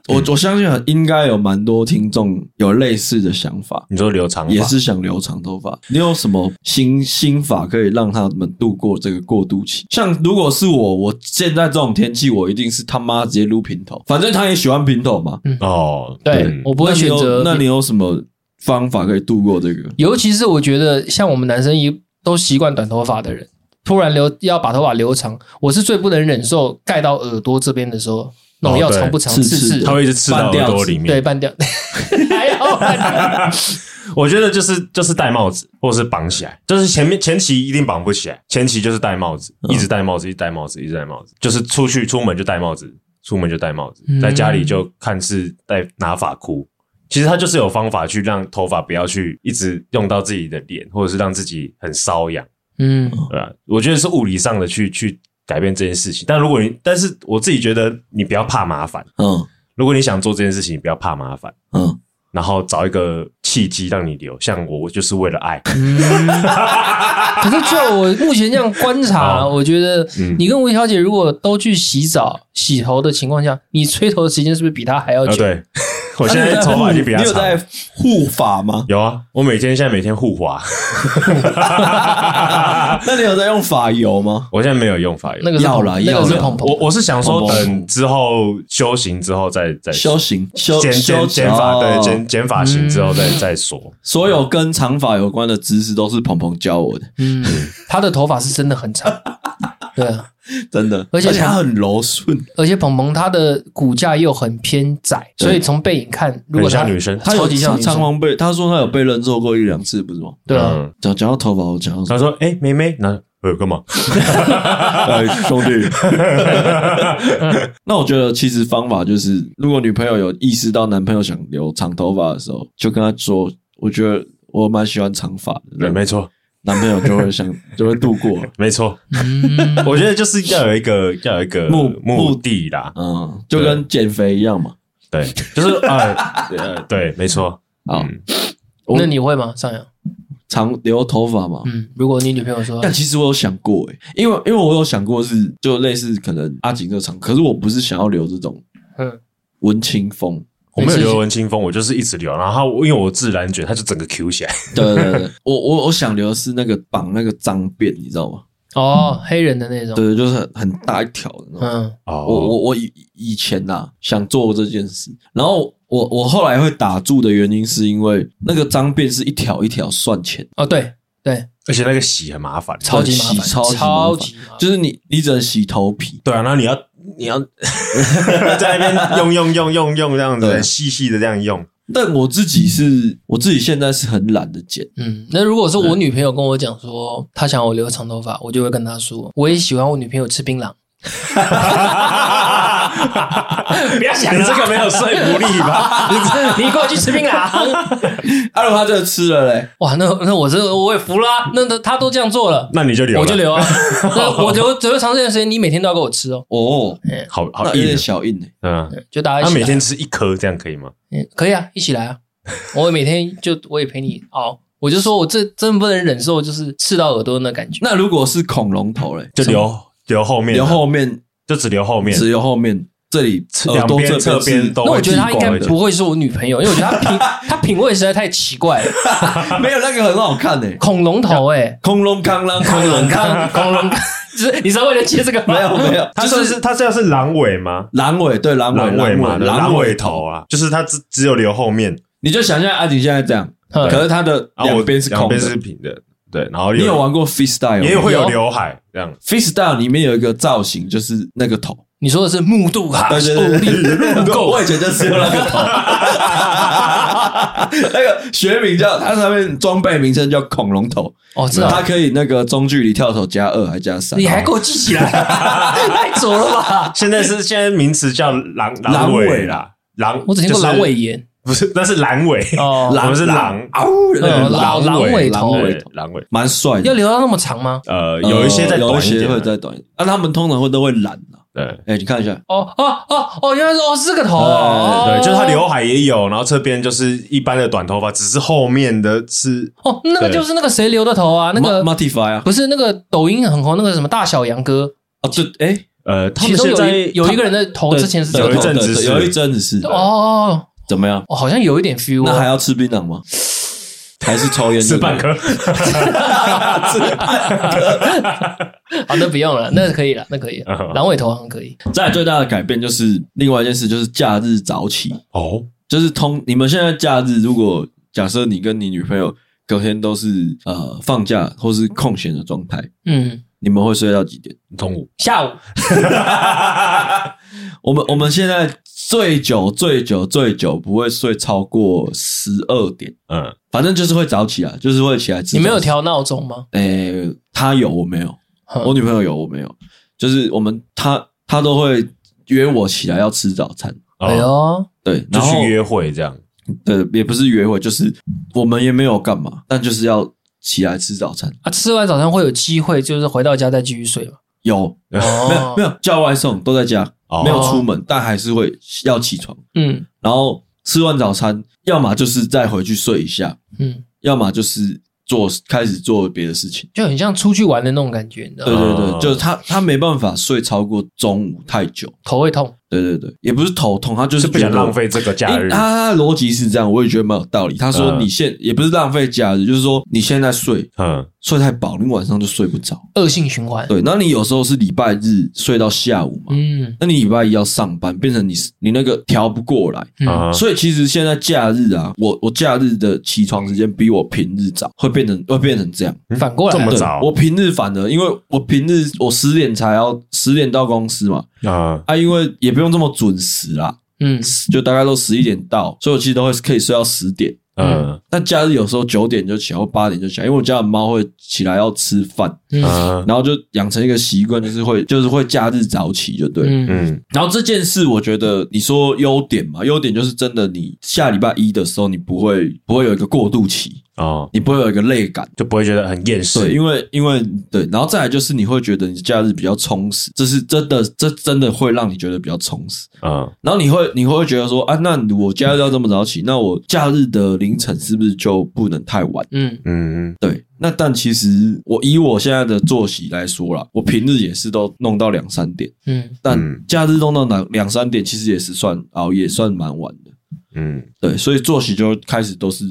Speaker 1: 我我相信很应该有蛮多听众有类似的想法，
Speaker 2: 你说留长发
Speaker 1: 也是想留长头发。你有什么新新法可以让他们度过这个过渡期？像如果是我，我现在这种天气，我一定是他妈直接撸平头，反正他也喜欢平头嘛。
Speaker 2: 哦，
Speaker 3: 对
Speaker 2: 嗯
Speaker 3: 我不会
Speaker 1: 那你
Speaker 3: 选
Speaker 1: 有
Speaker 3: 择
Speaker 1: 那你有什么方法可以度过这个？
Speaker 3: 尤其是我觉得像我们男生一都习惯短头发的人，突然留要把头发留长，我是最不能忍受盖到耳朵这边的时候，那种
Speaker 2: 哦
Speaker 3: 要
Speaker 2: 对
Speaker 3: 长不长，
Speaker 1: 刺
Speaker 3: 刺
Speaker 1: 刺
Speaker 3: 刺
Speaker 1: 的
Speaker 2: 它会一直刺到
Speaker 1: 半吊
Speaker 2: 耳
Speaker 1: 子
Speaker 2: 朵里面
Speaker 3: 对，。半 掉，还好半掉，
Speaker 2: 我觉得就是就是戴帽子，或者是绑起来，就是前面前期一定绑不起来，前期就是戴帽子，
Speaker 1: 嗯
Speaker 2: 一直戴帽子，一直戴帽子，一直戴帽子，就是出去出门就戴帽子，出门就戴帽子，
Speaker 3: 嗯
Speaker 2: 在家里就看是戴拿发箍。其实它就是有方法去让头发不要去一直用到自己的脸，或者是让自己很瘙痒，
Speaker 3: 嗯，
Speaker 2: 对吧？我觉得是物理上的去去改变这件事情。但如果你，但是我自己觉得你不要怕麻烦，
Speaker 1: 嗯
Speaker 2: 如果你想做这件事情，你不要怕麻烦，
Speaker 1: 嗯，
Speaker 2: 然后找一个契机让你留。像我，我就是为了爱。
Speaker 3: 可是就我目前这样观察，
Speaker 2: 好
Speaker 3: 我觉得
Speaker 2: 嗯
Speaker 3: 你跟吴小姐如果都去洗澡、洗头的情况下，你吹头的时间是不是比她还要
Speaker 2: 啊，
Speaker 3: 久？
Speaker 2: 对， 我现在头发已经比较
Speaker 1: 啊你有
Speaker 2: 长。
Speaker 1: 在护发 吗？
Speaker 2: 有啊，我每天现在每天护滑，
Speaker 1: 那你有在用发油吗？
Speaker 2: 我现在没有用发油
Speaker 3: 那。个是
Speaker 1: 要啦
Speaker 3: 蓬那
Speaker 1: 要
Speaker 3: 个
Speaker 1: 啦
Speaker 3: 是蓬蓬
Speaker 2: 我，我是想说，
Speaker 1: 蓬蓬
Speaker 2: 等之后修行之后再再
Speaker 1: 修行、修
Speaker 2: 剪
Speaker 1: 修
Speaker 2: 剪剪发，
Speaker 1: 哦
Speaker 2: 对剪剪发型之后再再说。
Speaker 1: 所有跟长发有关的知识都是鹏鹏教 我的，
Speaker 3: 嗯，她的头发是真的很长，对啊，
Speaker 1: 真的，
Speaker 3: 而且
Speaker 1: 它
Speaker 3: 他
Speaker 1: 很柔顺，
Speaker 3: 而且鹏鹏她的骨架又很偏窄，
Speaker 1: 对
Speaker 3: 所以从背影看，如果她
Speaker 2: 很像女生
Speaker 1: 他
Speaker 3: 超
Speaker 1: 有
Speaker 3: 级像女
Speaker 1: 长
Speaker 3: 生，
Speaker 1: 方被他说他有被人肉过一两次，不是吗？
Speaker 3: 对啊，
Speaker 2: 嗯，
Speaker 1: 讲讲到头发，我讲到什
Speaker 2: 他说：“哎，妹妹，那呃干嘛？
Speaker 1: 么哎兄弟， 那我觉得其实方法就是，如果女朋友有意识到男朋友想留长头发的时候，就跟他说，我觉得我蛮喜欢长发
Speaker 2: 对，
Speaker 1: 的，
Speaker 2: 没错，
Speaker 1: 男朋友就会想就会度 过，
Speaker 2: 没错。
Speaker 3: 嗯，
Speaker 2: 我觉得就是要有一个要有一个
Speaker 1: 目
Speaker 2: 目的啦，
Speaker 1: 嗯，就跟减肥一样嘛。
Speaker 2: 对，就是呃 呃，对，没错。
Speaker 1: 好，
Speaker 2: 嗯
Speaker 1: 我
Speaker 3: 那你会吗，上扬？
Speaker 1: 啊长留头发嘛，
Speaker 3: 嗯，如果你女朋友说
Speaker 1: 但其实我有想过诶、因为因为我有想过是就类似可能阿锦这场，可是我不是想要留这种
Speaker 3: 嗯
Speaker 1: 文青风。
Speaker 2: 我没有留文清风，我就是一直留，然后因为我自然卷，它就整个 Q 起来。
Speaker 1: 对对对，对我我我想留的是那个绑那个脏辫，你知道吗？
Speaker 3: 哦黑人的那种，
Speaker 1: 对，就是很很大一条的那种。
Speaker 3: 嗯
Speaker 2: 嗯哦
Speaker 1: 我我我以以前呐、想做这件事，然后我我后来会打住的原因是因为那个脏辫是一条一条算钱，
Speaker 3: 哦对对，
Speaker 2: 而且那个洗很麻烦，
Speaker 3: 超级麻
Speaker 1: 洗
Speaker 3: 烦，
Speaker 1: 超级麻烦
Speaker 3: 超级麻烦
Speaker 1: 就是你你只能洗头皮，
Speaker 2: 对啊，那你要你要在那边用用用用用这样
Speaker 1: 对
Speaker 2: 子，细细的这样用，
Speaker 1: 但我自己是我自己现在是很懒得剪，
Speaker 3: 嗯，那如果是我女朋友跟我讲说她想我留长头发，我就会跟她说，我也喜欢我女朋友吃槟榔。
Speaker 2: 不要想你这个没有说服力 吧？
Speaker 3: 你你跟我去吃槟榔，
Speaker 1: 阿啊如他真的吃了嘞，
Speaker 3: 哇，那那我这我也服啦、那那她都这样做了，
Speaker 2: 那你就留了，
Speaker 3: 我就留啊。 那我留留长这段时间，你每天都要给我吃哦。
Speaker 1: 哦，
Speaker 2: 好好
Speaker 1: 那有
Speaker 2: 硬
Speaker 1: 点
Speaker 2: 哦，
Speaker 1: 小硬诶、欸
Speaker 2: 对啊，
Speaker 3: 就大家一
Speaker 2: 他
Speaker 3: 起来
Speaker 2: 每天吃一颗，这样可以吗？
Speaker 3: 嗯可以啊，一起来啊。我每天就我也陪你熬。我就说我这真不能忍受，就是刺到耳朵那感觉。
Speaker 1: 那如果是恐龙头嘞，
Speaker 2: 就留留后面的，
Speaker 1: 留后面，
Speaker 2: 就只留后面，
Speaker 1: 只有后面这里
Speaker 2: 侧
Speaker 1: 耳朵
Speaker 2: 两边
Speaker 1: 这
Speaker 2: 侧边
Speaker 1: 是
Speaker 2: 都
Speaker 3: 那我
Speaker 2: 会
Speaker 3: 觉得她应
Speaker 2: 剃
Speaker 3: 该
Speaker 2: 光的
Speaker 3: 不会是我女朋友，因为我觉得她品她品味实在太奇怪了。
Speaker 1: 没有那个很好看 诶、
Speaker 3: 恐龙头哎、
Speaker 1: 恐龙康啦， 恐龙康，
Speaker 3: 恐龙， 就是你是为了接这个吗
Speaker 1: 没有没有，
Speaker 2: 他
Speaker 1: 就是
Speaker 2: 是他这样是狼尾吗？
Speaker 1: 阑尾对阑
Speaker 2: 狼
Speaker 1: 尾
Speaker 2: 尾嘛，
Speaker 1: 尾
Speaker 2: 狼尾
Speaker 1: 尾
Speaker 2: 头，啊，就是他只只有留后面，
Speaker 1: 你就想象阿锦现在这样，
Speaker 3: 嗯
Speaker 1: 可是他的
Speaker 2: 然后啊我
Speaker 1: 两边是
Speaker 2: 两
Speaker 1: 空
Speaker 2: 边是
Speaker 1: 的。
Speaker 2: 平的，对，然后
Speaker 1: 你有玩过 freestyle 吗？
Speaker 2: 也会有
Speaker 3: 有
Speaker 2: 刘海这样。
Speaker 1: freestyle 里面有一个造型，就是那个头。
Speaker 3: 你说的是木度哈，
Speaker 1: 对对对对，
Speaker 3: 啊哦
Speaker 1: 对，我以前就是用那个头。那个学名叫它上面装备名称叫恐龙头，
Speaker 3: 哦，知
Speaker 1: 它
Speaker 3: 道，
Speaker 1: 可以那个中距离跳投加二还加三。
Speaker 3: 你还给我记起来，太左了吧？
Speaker 2: 现在是现在名词叫狼
Speaker 1: 狼尾
Speaker 2: 尾啦，狼
Speaker 3: 我只听过
Speaker 2: 就是
Speaker 3: 阑尾炎
Speaker 2: 不是，那是阑尾，
Speaker 3: 哦，
Speaker 2: 我们是
Speaker 1: 狼
Speaker 2: 狼，
Speaker 1: 啊呜
Speaker 3: 对
Speaker 1: 那个狼
Speaker 3: 嗯狼狼尾头
Speaker 1: 狼
Speaker 2: 狼尾
Speaker 1: 尾，
Speaker 2: 狼尾，
Speaker 1: 蛮帅
Speaker 3: 要
Speaker 1: 的。
Speaker 3: 留到那么长吗？
Speaker 2: 呃，有一些再
Speaker 1: 呃
Speaker 2: 短
Speaker 1: 有一
Speaker 2: 一
Speaker 1: 些
Speaker 2: 点
Speaker 1: 会
Speaker 2: 的，
Speaker 1: 再短一点，啊，他们通常会都会懒啊。
Speaker 2: 对
Speaker 1: 哎，你看一下，
Speaker 3: 哦哦哦哦，原来是哦是个头哦，
Speaker 2: 对，就是他刘海也有，然后这边就是一般的短头发，只是后面的是
Speaker 3: 哦，那个
Speaker 2: 对
Speaker 3: 就是那个谁留的头啊？那个
Speaker 1: m o t i f y 啊，
Speaker 3: 不是那个抖音很红那个什么大小杨哥，
Speaker 1: 哦对，哎，
Speaker 2: 呃，他
Speaker 3: 其
Speaker 2: 们
Speaker 3: 中有
Speaker 2: 现在
Speaker 3: 一有一个人的头之前是
Speaker 1: 对
Speaker 3: 这
Speaker 2: 有
Speaker 3: 个
Speaker 2: 一
Speaker 3: 头
Speaker 2: 阵子
Speaker 1: 对对
Speaker 2: 是
Speaker 1: 有一阵子是
Speaker 3: 哦哦，哦
Speaker 1: 怎么样？
Speaker 3: 哦好像有一点 feel，
Speaker 1: 那还
Speaker 3: 哦
Speaker 1: 要吃槟榔吗？还是抽烟？
Speaker 2: 是半颗，
Speaker 3: 好，那不用了，那可以了，那可以了
Speaker 2: 嗯，
Speaker 3: 狼尾头好像可以，
Speaker 1: 再来最大的改变就是另外一件事，就是假日早起，
Speaker 2: 哦，
Speaker 1: 就是通你们现在假日，如果假设你跟你女朋友隔天都是呃放假或是空闲的状态，
Speaker 3: 嗯，
Speaker 1: 你们会睡到几点？
Speaker 2: 中午
Speaker 3: 下午
Speaker 1: 我们我们现在最久最久最久不会睡超过十二点，
Speaker 2: 嗯，
Speaker 1: 反正就是会早起啊，就是会起来吃。
Speaker 3: 你没有？调闹钟吗？嗯
Speaker 1: 诶、他有，我没有。
Speaker 3: 哼
Speaker 2: 哦
Speaker 1: 我女朋友有，我没有。就是我们她她都会约我起来要吃早餐，
Speaker 3: 哎
Speaker 2: 哦，
Speaker 3: 呦，
Speaker 1: 对，
Speaker 2: 就
Speaker 1: 然后
Speaker 2: 去约会这样，
Speaker 1: 呃，也不是约会，就是我们也没有干嘛，但就是要起来吃早餐。
Speaker 3: 啊，吃完早餐会有机会，就是回到家再继续睡 嘛。
Speaker 1: 有没有
Speaker 3: 哦
Speaker 1: 没，有叫外送都在家，
Speaker 2: 哦
Speaker 1: 没有出门，但还是会要起床，
Speaker 3: 嗯
Speaker 1: 然后吃完早餐，要么就是再回去睡一下，
Speaker 3: 嗯，
Speaker 1: 要么就是做开始做别的事情。
Speaker 3: 就很像出去玩的那种感觉，你知道
Speaker 1: 对
Speaker 3: 吗？
Speaker 1: 对对，
Speaker 2: 哦
Speaker 1: 就是他他没办法睡超过中午太久。
Speaker 3: 头会痛，
Speaker 1: 对对对，也不是头痛，他就
Speaker 2: 就是是不想
Speaker 1: 觉得
Speaker 2: 浪费这个假
Speaker 1: 因为
Speaker 3: 哎啊
Speaker 2: 日，
Speaker 1: 他他的逻辑是这样，我也觉得蛮有道理。他说
Speaker 2: 嗯
Speaker 1: 你现、也不是浪费假日，就是说你现在睡
Speaker 2: 嗯，
Speaker 1: 睡太饱，你晚上就睡不着。
Speaker 3: 恶性循环。
Speaker 1: 对，那你有时候是礼拜日睡到下午嘛，
Speaker 3: 嗯
Speaker 1: 那你礼拜一要上班，变成你你那个调不过来。
Speaker 3: 嗯
Speaker 2: 啊
Speaker 1: 所以其实现在假日啊，我我假日的起床时间比我平日早，会变成会变成这样。
Speaker 3: 反过
Speaker 2: 这
Speaker 3: 来
Speaker 2: 么
Speaker 1: 对
Speaker 2: 早
Speaker 1: 我平日反而因为我平日我十点才要十点到公司嘛，
Speaker 2: 啊，
Speaker 1: 啊，因为也不用这么准时啦，
Speaker 3: 嗯
Speaker 1: 就大概都十一点到，所以我其实都会可以睡到十点。
Speaker 2: 嗯
Speaker 1: 但假日有时候九点就起来，或八点就起来，因为我家的猫会起来要吃饭，
Speaker 3: 嗯
Speaker 2: 嗯
Speaker 1: 然后就养成一个习惯，就是会就是会假日早起，就对。
Speaker 3: 嗯
Speaker 2: 嗯
Speaker 1: 然后这件事，我觉得你说优点嘛，优点就是真的，你下礼拜一的时候，你不会不会有一个过渡期，
Speaker 2: 哦，
Speaker 1: 你不会有一个累感。
Speaker 2: 就不会觉得很厌
Speaker 1: 对，
Speaker 2: 世，
Speaker 1: 因为因为对，然后再来就是你会觉得你的假日比较充实，这是真的，这真的会让你觉得比较充实。
Speaker 2: 嗯
Speaker 1: 然后你会你会觉得说啊，那我假日要这么早起，那我假日的凌晨是不是就不能太晚？
Speaker 3: 嗯
Speaker 2: 嗯
Speaker 1: 对，那但其实我以我现在的作息来说啦，我平日也是都弄到两三点，
Speaker 3: 嗯，
Speaker 1: 但
Speaker 2: 嗯
Speaker 1: 假日弄到两两三点，其实也是算熬夜，算蛮晚的。
Speaker 2: 嗯
Speaker 1: 对，所以作息就开始都是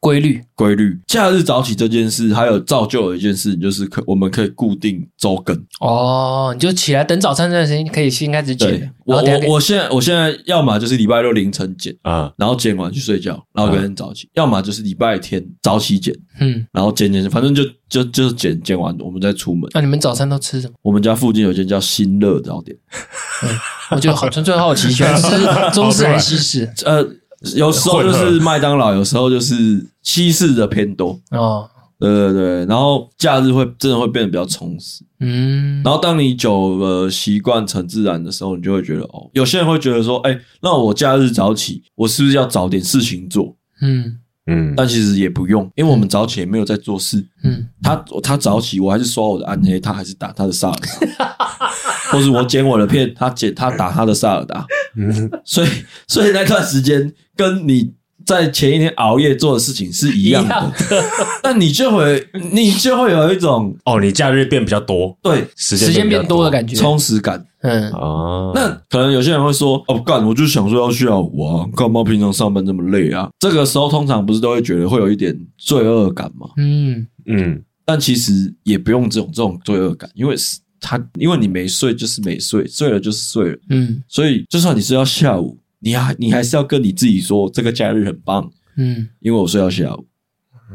Speaker 3: 规律
Speaker 1: 规律。假日早起这件事，还有造就了一件事情，就是可我们可以固定周更。
Speaker 3: 哦，你就起来等早餐这段时间，你可以先开始
Speaker 1: 对
Speaker 3: 剪，然
Speaker 1: 我
Speaker 3: 后等下给
Speaker 1: 我我现在我现在要么就是礼拜六凌晨剪，
Speaker 2: 啊，
Speaker 1: 然后剪完去睡觉，然后隔天早起；要么就是礼拜天早起剪，
Speaker 3: 嗯，
Speaker 1: 然后剪剪，剪反正就就就剪剪完，我们再出门。
Speaker 3: 那你们早餐都吃什么？
Speaker 1: 我们家附近有一间叫新乐早点，
Speaker 3: 我就好纯粹好奇，喜欢吃中式还是西式？
Speaker 1: 呃，有时候就是麦当劳，有时候就是西式的偏多。
Speaker 3: 哦，
Speaker 1: 对对对，然后假日会真的会变得比较充实。
Speaker 3: 嗯，
Speaker 1: 然后当你久了习惯成自然的时候，你就会觉得哦，有些人会觉得说，哎，那我假日早起，我是不是要找点事情做？
Speaker 3: 嗯
Speaker 2: 嗯
Speaker 1: 但其实也不用，因为我们早起也没有在做事。
Speaker 3: 嗯，
Speaker 1: 他他早起，我还是刷我的暗黑，他还是打他的萨尔达，或是我剪我的片，他剪他打他的萨尔达。
Speaker 2: 嗯
Speaker 1: 所以所以那段时间跟你在前一天熬夜做的事情是一样
Speaker 3: 一样
Speaker 1: 的，那你就会你就会有一种
Speaker 2: 哦，你假日变比较多，
Speaker 1: 对
Speaker 2: 时
Speaker 3: 时间
Speaker 2: 间
Speaker 3: 变多的感觉，
Speaker 1: 充实感。
Speaker 3: 嗯
Speaker 2: 啊，
Speaker 1: 那可能有些人会说：“哦，干，我就想说要下午啊，干嘛平常上班这么累啊？”这个时候通常不是都会觉得会有一点罪恶感吗？
Speaker 3: 嗯
Speaker 2: 嗯
Speaker 1: 但其实也不用这种这种罪恶感，因为是他因为你没睡就是没睡，睡了就是睡了，
Speaker 3: 嗯
Speaker 1: 所以就算你睡到下午，你还你还是要跟你自己说这个假日很棒，
Speaker 3: 嗯
Speaker 1: 因为我睡到下午。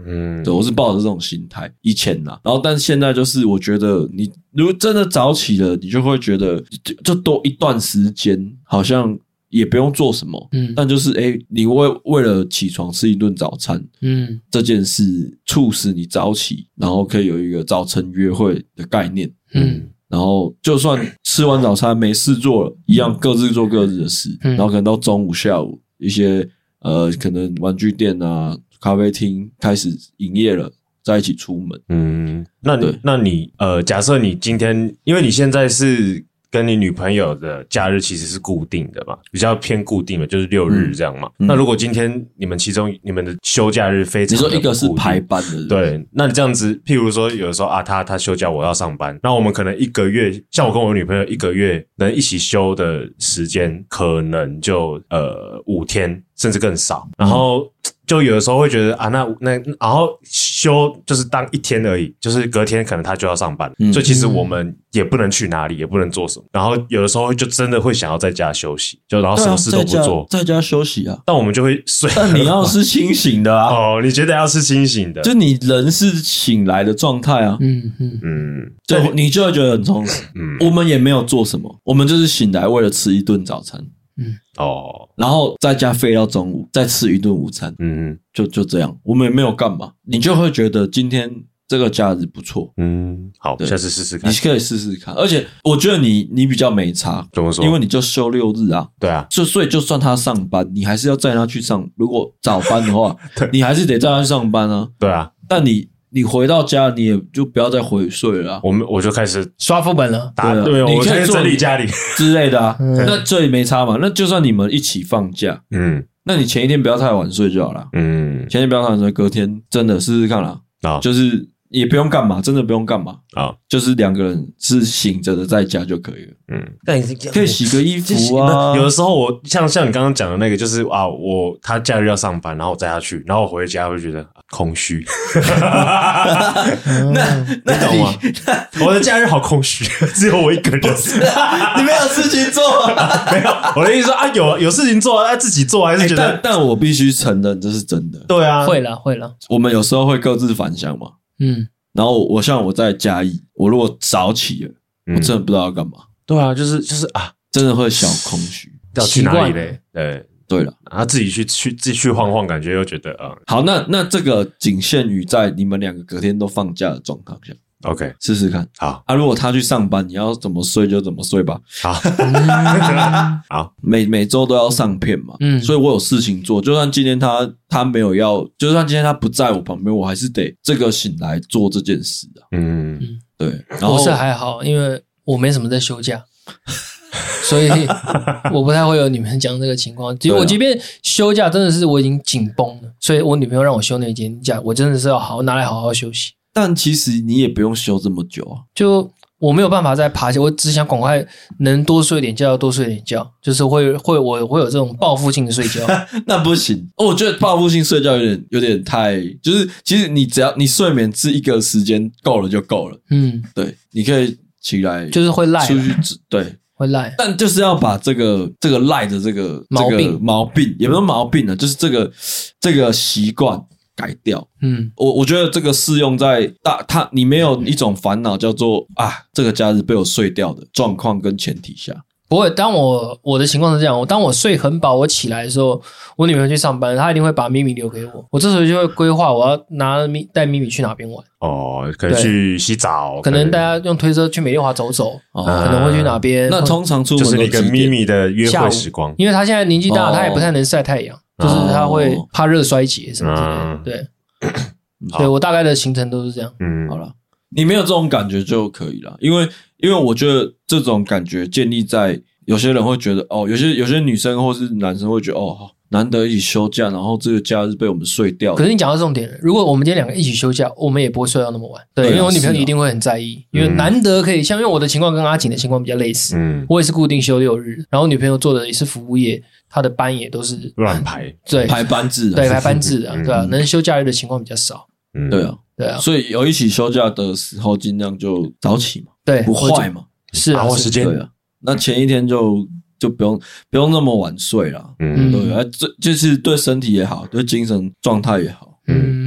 Speaker 2: 嗯
Speaker 1: 对，我是抱着这种心态以前啦，然后但是现在就是我觉得你如果真的早起了，你就会觉得就就多一段时间，好像也不用做什么，
Speaker 3: 嗯
Speaker 1: 但就是哎、诶你为为了起床吃一顿早餐
Speaker 3: 嗯
Speaker 1: 这件事，促使你早起，然后可以有一个早晨约会的概念。
Speaker 3: 嗯
Speaker 1: 然后就算吃完早餐没事做了，一样各自做各自的事，
Speaker 3: 嗯
Speaker 1: 然后可能到中午、下午一些呃，可能玩具店啊、咖啡厅开始营业了，再一起出门。
Speaker 2: 嗯，那你
Speaker 1: 对
Speaker 2: 那你呃，假设你今天，因为你现在是跟你女朋友的假日其实是固定的嘛，比较偏固定的，就是六日这样嘛。
Speaker 1: 嗯
Speaker 2: 那如果今天你们其中你们的休假日非
Speaker 1: 你
Speaker 2: 常地
Speaker 1: 说一个是
Speaker 2: 不固定
Speaker 1: 排班的，，
Speaker 2: 对，那你这样子，譬如说，有的时候啊，他他休假，我要上班，那我们可能一个月，像我跟我女朋友一个月能一起休的时间，可能就呃五天，甚至更少。
Speaker 1: 嗯
Speaker 2: 然后就有的时候会觉得啊，那那然后休就是当一天而已，就是隔天可能他就要上班，
Speaker 1: 嗯
Speaker 2: 所以其实我们也不能去哪里，也不能做什么。然后有的时候就真的会想要在家休息，就然后
Speaker 1: 对
Speaker 2: 什
Speaker 1: 啊，
Speaker 2: 么事都
Speaker 1: 在
Speaker 2: 不
Speaker 1: 家
Speaker 2: 做，
Speaker 1: 在家休息啊。
Speaker 2: 但我们就会 睡。
Speaker 1: 但你要是清醒的啊，
Speaker 2: 哦，你觉得要是清醒的，
Speaker 1: 就你人是醒来的状态啊，
Speaker 3: 嗯嗯
Speaker 2: 嗯
Speaker 1: 就你就会觉得很充实。
Speaker 2: 嗯
Speaker 1: 我们也没有做什么，我们就是醒来为了吃一顿早餐，
Speaker 2: 哦。
Speaker 1: 然后在家飞到中午，再吃一顿午餐，
Speaker 2: 嗯
Speaker 1: 就就这样，我们也没有干嘛，你就会觉得今天这个假日不错，
Speaker 2: 嗯，好，
Speaker 1: 对
Speaker 2: 下次试试
Speaker 1: 你
Speaker 2: 看。
Speaker 1: 可以试试看。而且我觉得你你比较没差，
Speaker 2: 怎么说？
Speaker 1: 因为你就休六日啊，
Speaker 2: 对啊，
Speaker 1: 就所以就算他上班，你还是要载他去上。如果早班的话，你还是得载他去上班啊。
Speaker 2: 对啊，
Speaker 1: 但你你回到家，你也就不要再回睡 了啊、
Speaker 2: 我们我就开始
Speaker 3: 刷副本了，
Speaker 2: 打，
Speaker 1: 对啊
Speaker 2: 对，
Speaker 1: 你
Speaker 2: 我
Speaker 1: 可以
Speaker 2: 开始
Speaker 1: 做
Speaker 2: 整理
Speaker 1: 你
Speaker 2: 家里。
Speaker 1: 之类的啊。
Speaker 3: 嗯
Speaker 1: 那这也没差嘛。那就算你们一起放假，
Speaker 2: 嗯
Speaker 1: 那你前一天不要太晚睡就好了。
Speaker 2: 嗯，
Speaker 1: 前一天不要太晚睡，隔天真的试试看啦。
Speaker 2: 好
Speaker 1: 就是也不用干嘛，真的不用干嘛，
Speaker 2: 好，
Speaker 1: 就是两个人是醒着的在家就可以了，
Speaker 2: 嗯，
Speaker 3: 但你可
Speaker 1: 可以洗个衣服啊。
Speaker 2: 有的时候我像像你刚刚讲的那个，就是啊，我他假日要上班，然后我载他去，然后我回家会觉得啊空虚。
Speaker 1: 那那
Speaker 2: 你懂吗
Speaker 1: 你
Speaker 2: 我的假日好空虚，啊 只有我一个人。
Speaker 1: 你没有事情做 啊、
Speaker 2: 没有， 我的意思说啊，有有事情做，啊，自己做还是
Speaker 1: 哎
Speaker 2: 觉
Speaker 1: 但
Speaker 2: 得
Speaker 1: 但我必须承认这是真的。
Speaker 2: 对啊，
Speaker 3: 会了会了，
Speaker 1: 我们有时候会各自返乡嘛，
Speaker 3: 嗯，
Speaker 1: 然后我我像我在嘉义，我如果早起了，
Speaker 2: 嗯
Speaker 1: 我真的不知道要干嘛，
Speaker 2: 对啊，就是就是啊，
Speaker 1: 真的会小空虚。
Speaker 2: 要去
Speaker 3: 习
Speaker 2: 哪里
Speaker 3: 惯
Speaker 2: 嘞？对，
Speaker 1: 对了，
Speaker 2: 然后自己去去自己去晃晃，感觉又觉得啊
Speaker 1: 好，那那这个仅限于在你们两个隔天都放假的状况下
Speaker 3: 嗯
Speaker 2: ，OK，
Speaker 1: 试试看
Speaker 2: 好
Speaker 1: 啊。如果他去上班，你要怎么睡就怎么睡吧。
Speaker 2: 好。 好，
Speaker 1: 每每周都要上片嘛，
Speaker 3: 嗯
Speaker 1: 所以我有事情做。就算今天他他没有要，就算今天他不在我旁边，我还是得这个醒来做这件事啊。
Speaker 2: 嗯，
Speaker 1: 对，然后
Speaker 3: 我是还好，因为我没什么在休假， 所 以我不太会有你们讲这个情况。即
Speaker 1: 对啊
Speaker 3: 我即便休假，真的是我已经紧绷了，所以我女朋友让我休那一天假，我真的是要好拿来好好休息。
Speaker 1: 但其实你也不用休这么久啊。
Speaker 3: 就我没有办法再爬起，我只想赶快能多睡点觉，就多睡点觉，就是会会我会有这种报复性的睡 觉。
Speaker 1: 那不行，哦我觉得报复性睡觉有点有点太，就是其实你只要你睡眠是一个时间够了就够了。
Speaker 3: 嗯，
Speaker 1: 对，你可以起来
Speaker 3: 就是会赖啊，
Speaker 1: 出去只对，
Speaker 3: 会赖。啊
Speaker 1: 但就是要把这个这个赖的这个
Speaker 3: 毛病
Speaker 1: 这个毛病也不是毛病了，啊就是这个这个习惯改掉。
Speaker 3: 嗯
Speaker 1: 我我觉得这个适用在大他，你没有一种烦恼叫做啊，这个假日被我睡掉的状况跟前提下，
Speaker 3: 不会，当我我的情况是这样，我当我睡很饱，我起来的时候，我女朋友去上班，她一定会把咪咪留给我。我这时候就会规划，我要拿咪带咪咪去哪边玩，
Speaker 2: 哦，可能去洗澡，呃
Speaker 3: 可能大家用推车去美丽华走走，
Speaker 1: 哦
Speaker 3: 可能会去哪边。
Speaker 1: 那通常出
Speaker 2: 就
Speaker 1: 门
Speaker 2: 是
Speaker 1: 都
Speaker 2: 你跟
Speaker 1: 几
Speaker 2: 咪
Speaker 1: 点
Speaker 2: 咪的约
Speaker 3: 下
Speaker 2: 会
Speaker 3: 午
Speaker 2: 时光。
Speaker 3: 因为她现在年纪大，
Speaker 1: 哦
Speaker 3: 她也不太能晒太阳，就是她会
Speaker 1: 哦
Speaker 3: 怕热衰竭什么之
Speaker 2: 嗯
Speaker 3: 类的。对，
Speaker 1: 嗯
Speaker 2: 好
Speaker 3: 所以我大概的行程都是这样。
Speaker 2: 嗯，
Speaker 1: 好了，你没有这种感觉就可以了，因为因为我觉得这种感觉建立在有些人会觉得哦，有些有些女生或是男生会觉得哦，好难得一起休假，然后这个假日被我们睡掉
Speaker 3: 可，是你讲到重点了，如果我们今天两个一起休假，我们也不会睡到那么晚。对，
Speaker 1: 对啊
Speaker 3: 因为我女朋
Speaker 1: 是
Speaker 3: 友
Speaker 1: 啊
Speaker 3: 一定会很在意，因为
Speaker 2: 嗯
Speaker 3: 难得可以像，因为我的情况跟阿锦的情况比较类似，
Speaker 2: 嗯，
Speaker 3: 我也是固定休六日，然后女朋友做的也是服务业，她的班也都是
Speaker 2: 乱排，
Speaker 3: 对
Speaker 1: 排班制啊，
Speaker 3: 对排班制的，
Speaker 2: 嗯
Speaker 3: 对吧、能休假日的情况比较少，
Speaker 2: 嗯，
Speaker 1: 对，啊，
Speaker 3: 对啊，
Speaker 1: 所以有一起休假的时候，尽量就早起嘛，
Speaker 3: 对，
Speaker 1: 不
Speaker 3: 或者
Speaker 1: 坏嘛，
Speaker 3: 是
Speaker 2: 把
Speaker 3: 啊，
Speaker 2: 握
Speaker 3: 是
Speaker 2: 时间
Speaker 1: 对，啊，那前一天就就不用不用那么晚睡啦。
Speaker 2: 嗯
Speaker 1: 对啊，这就是对身体也好，对精神状态也好。
Speaker 3: 嗯。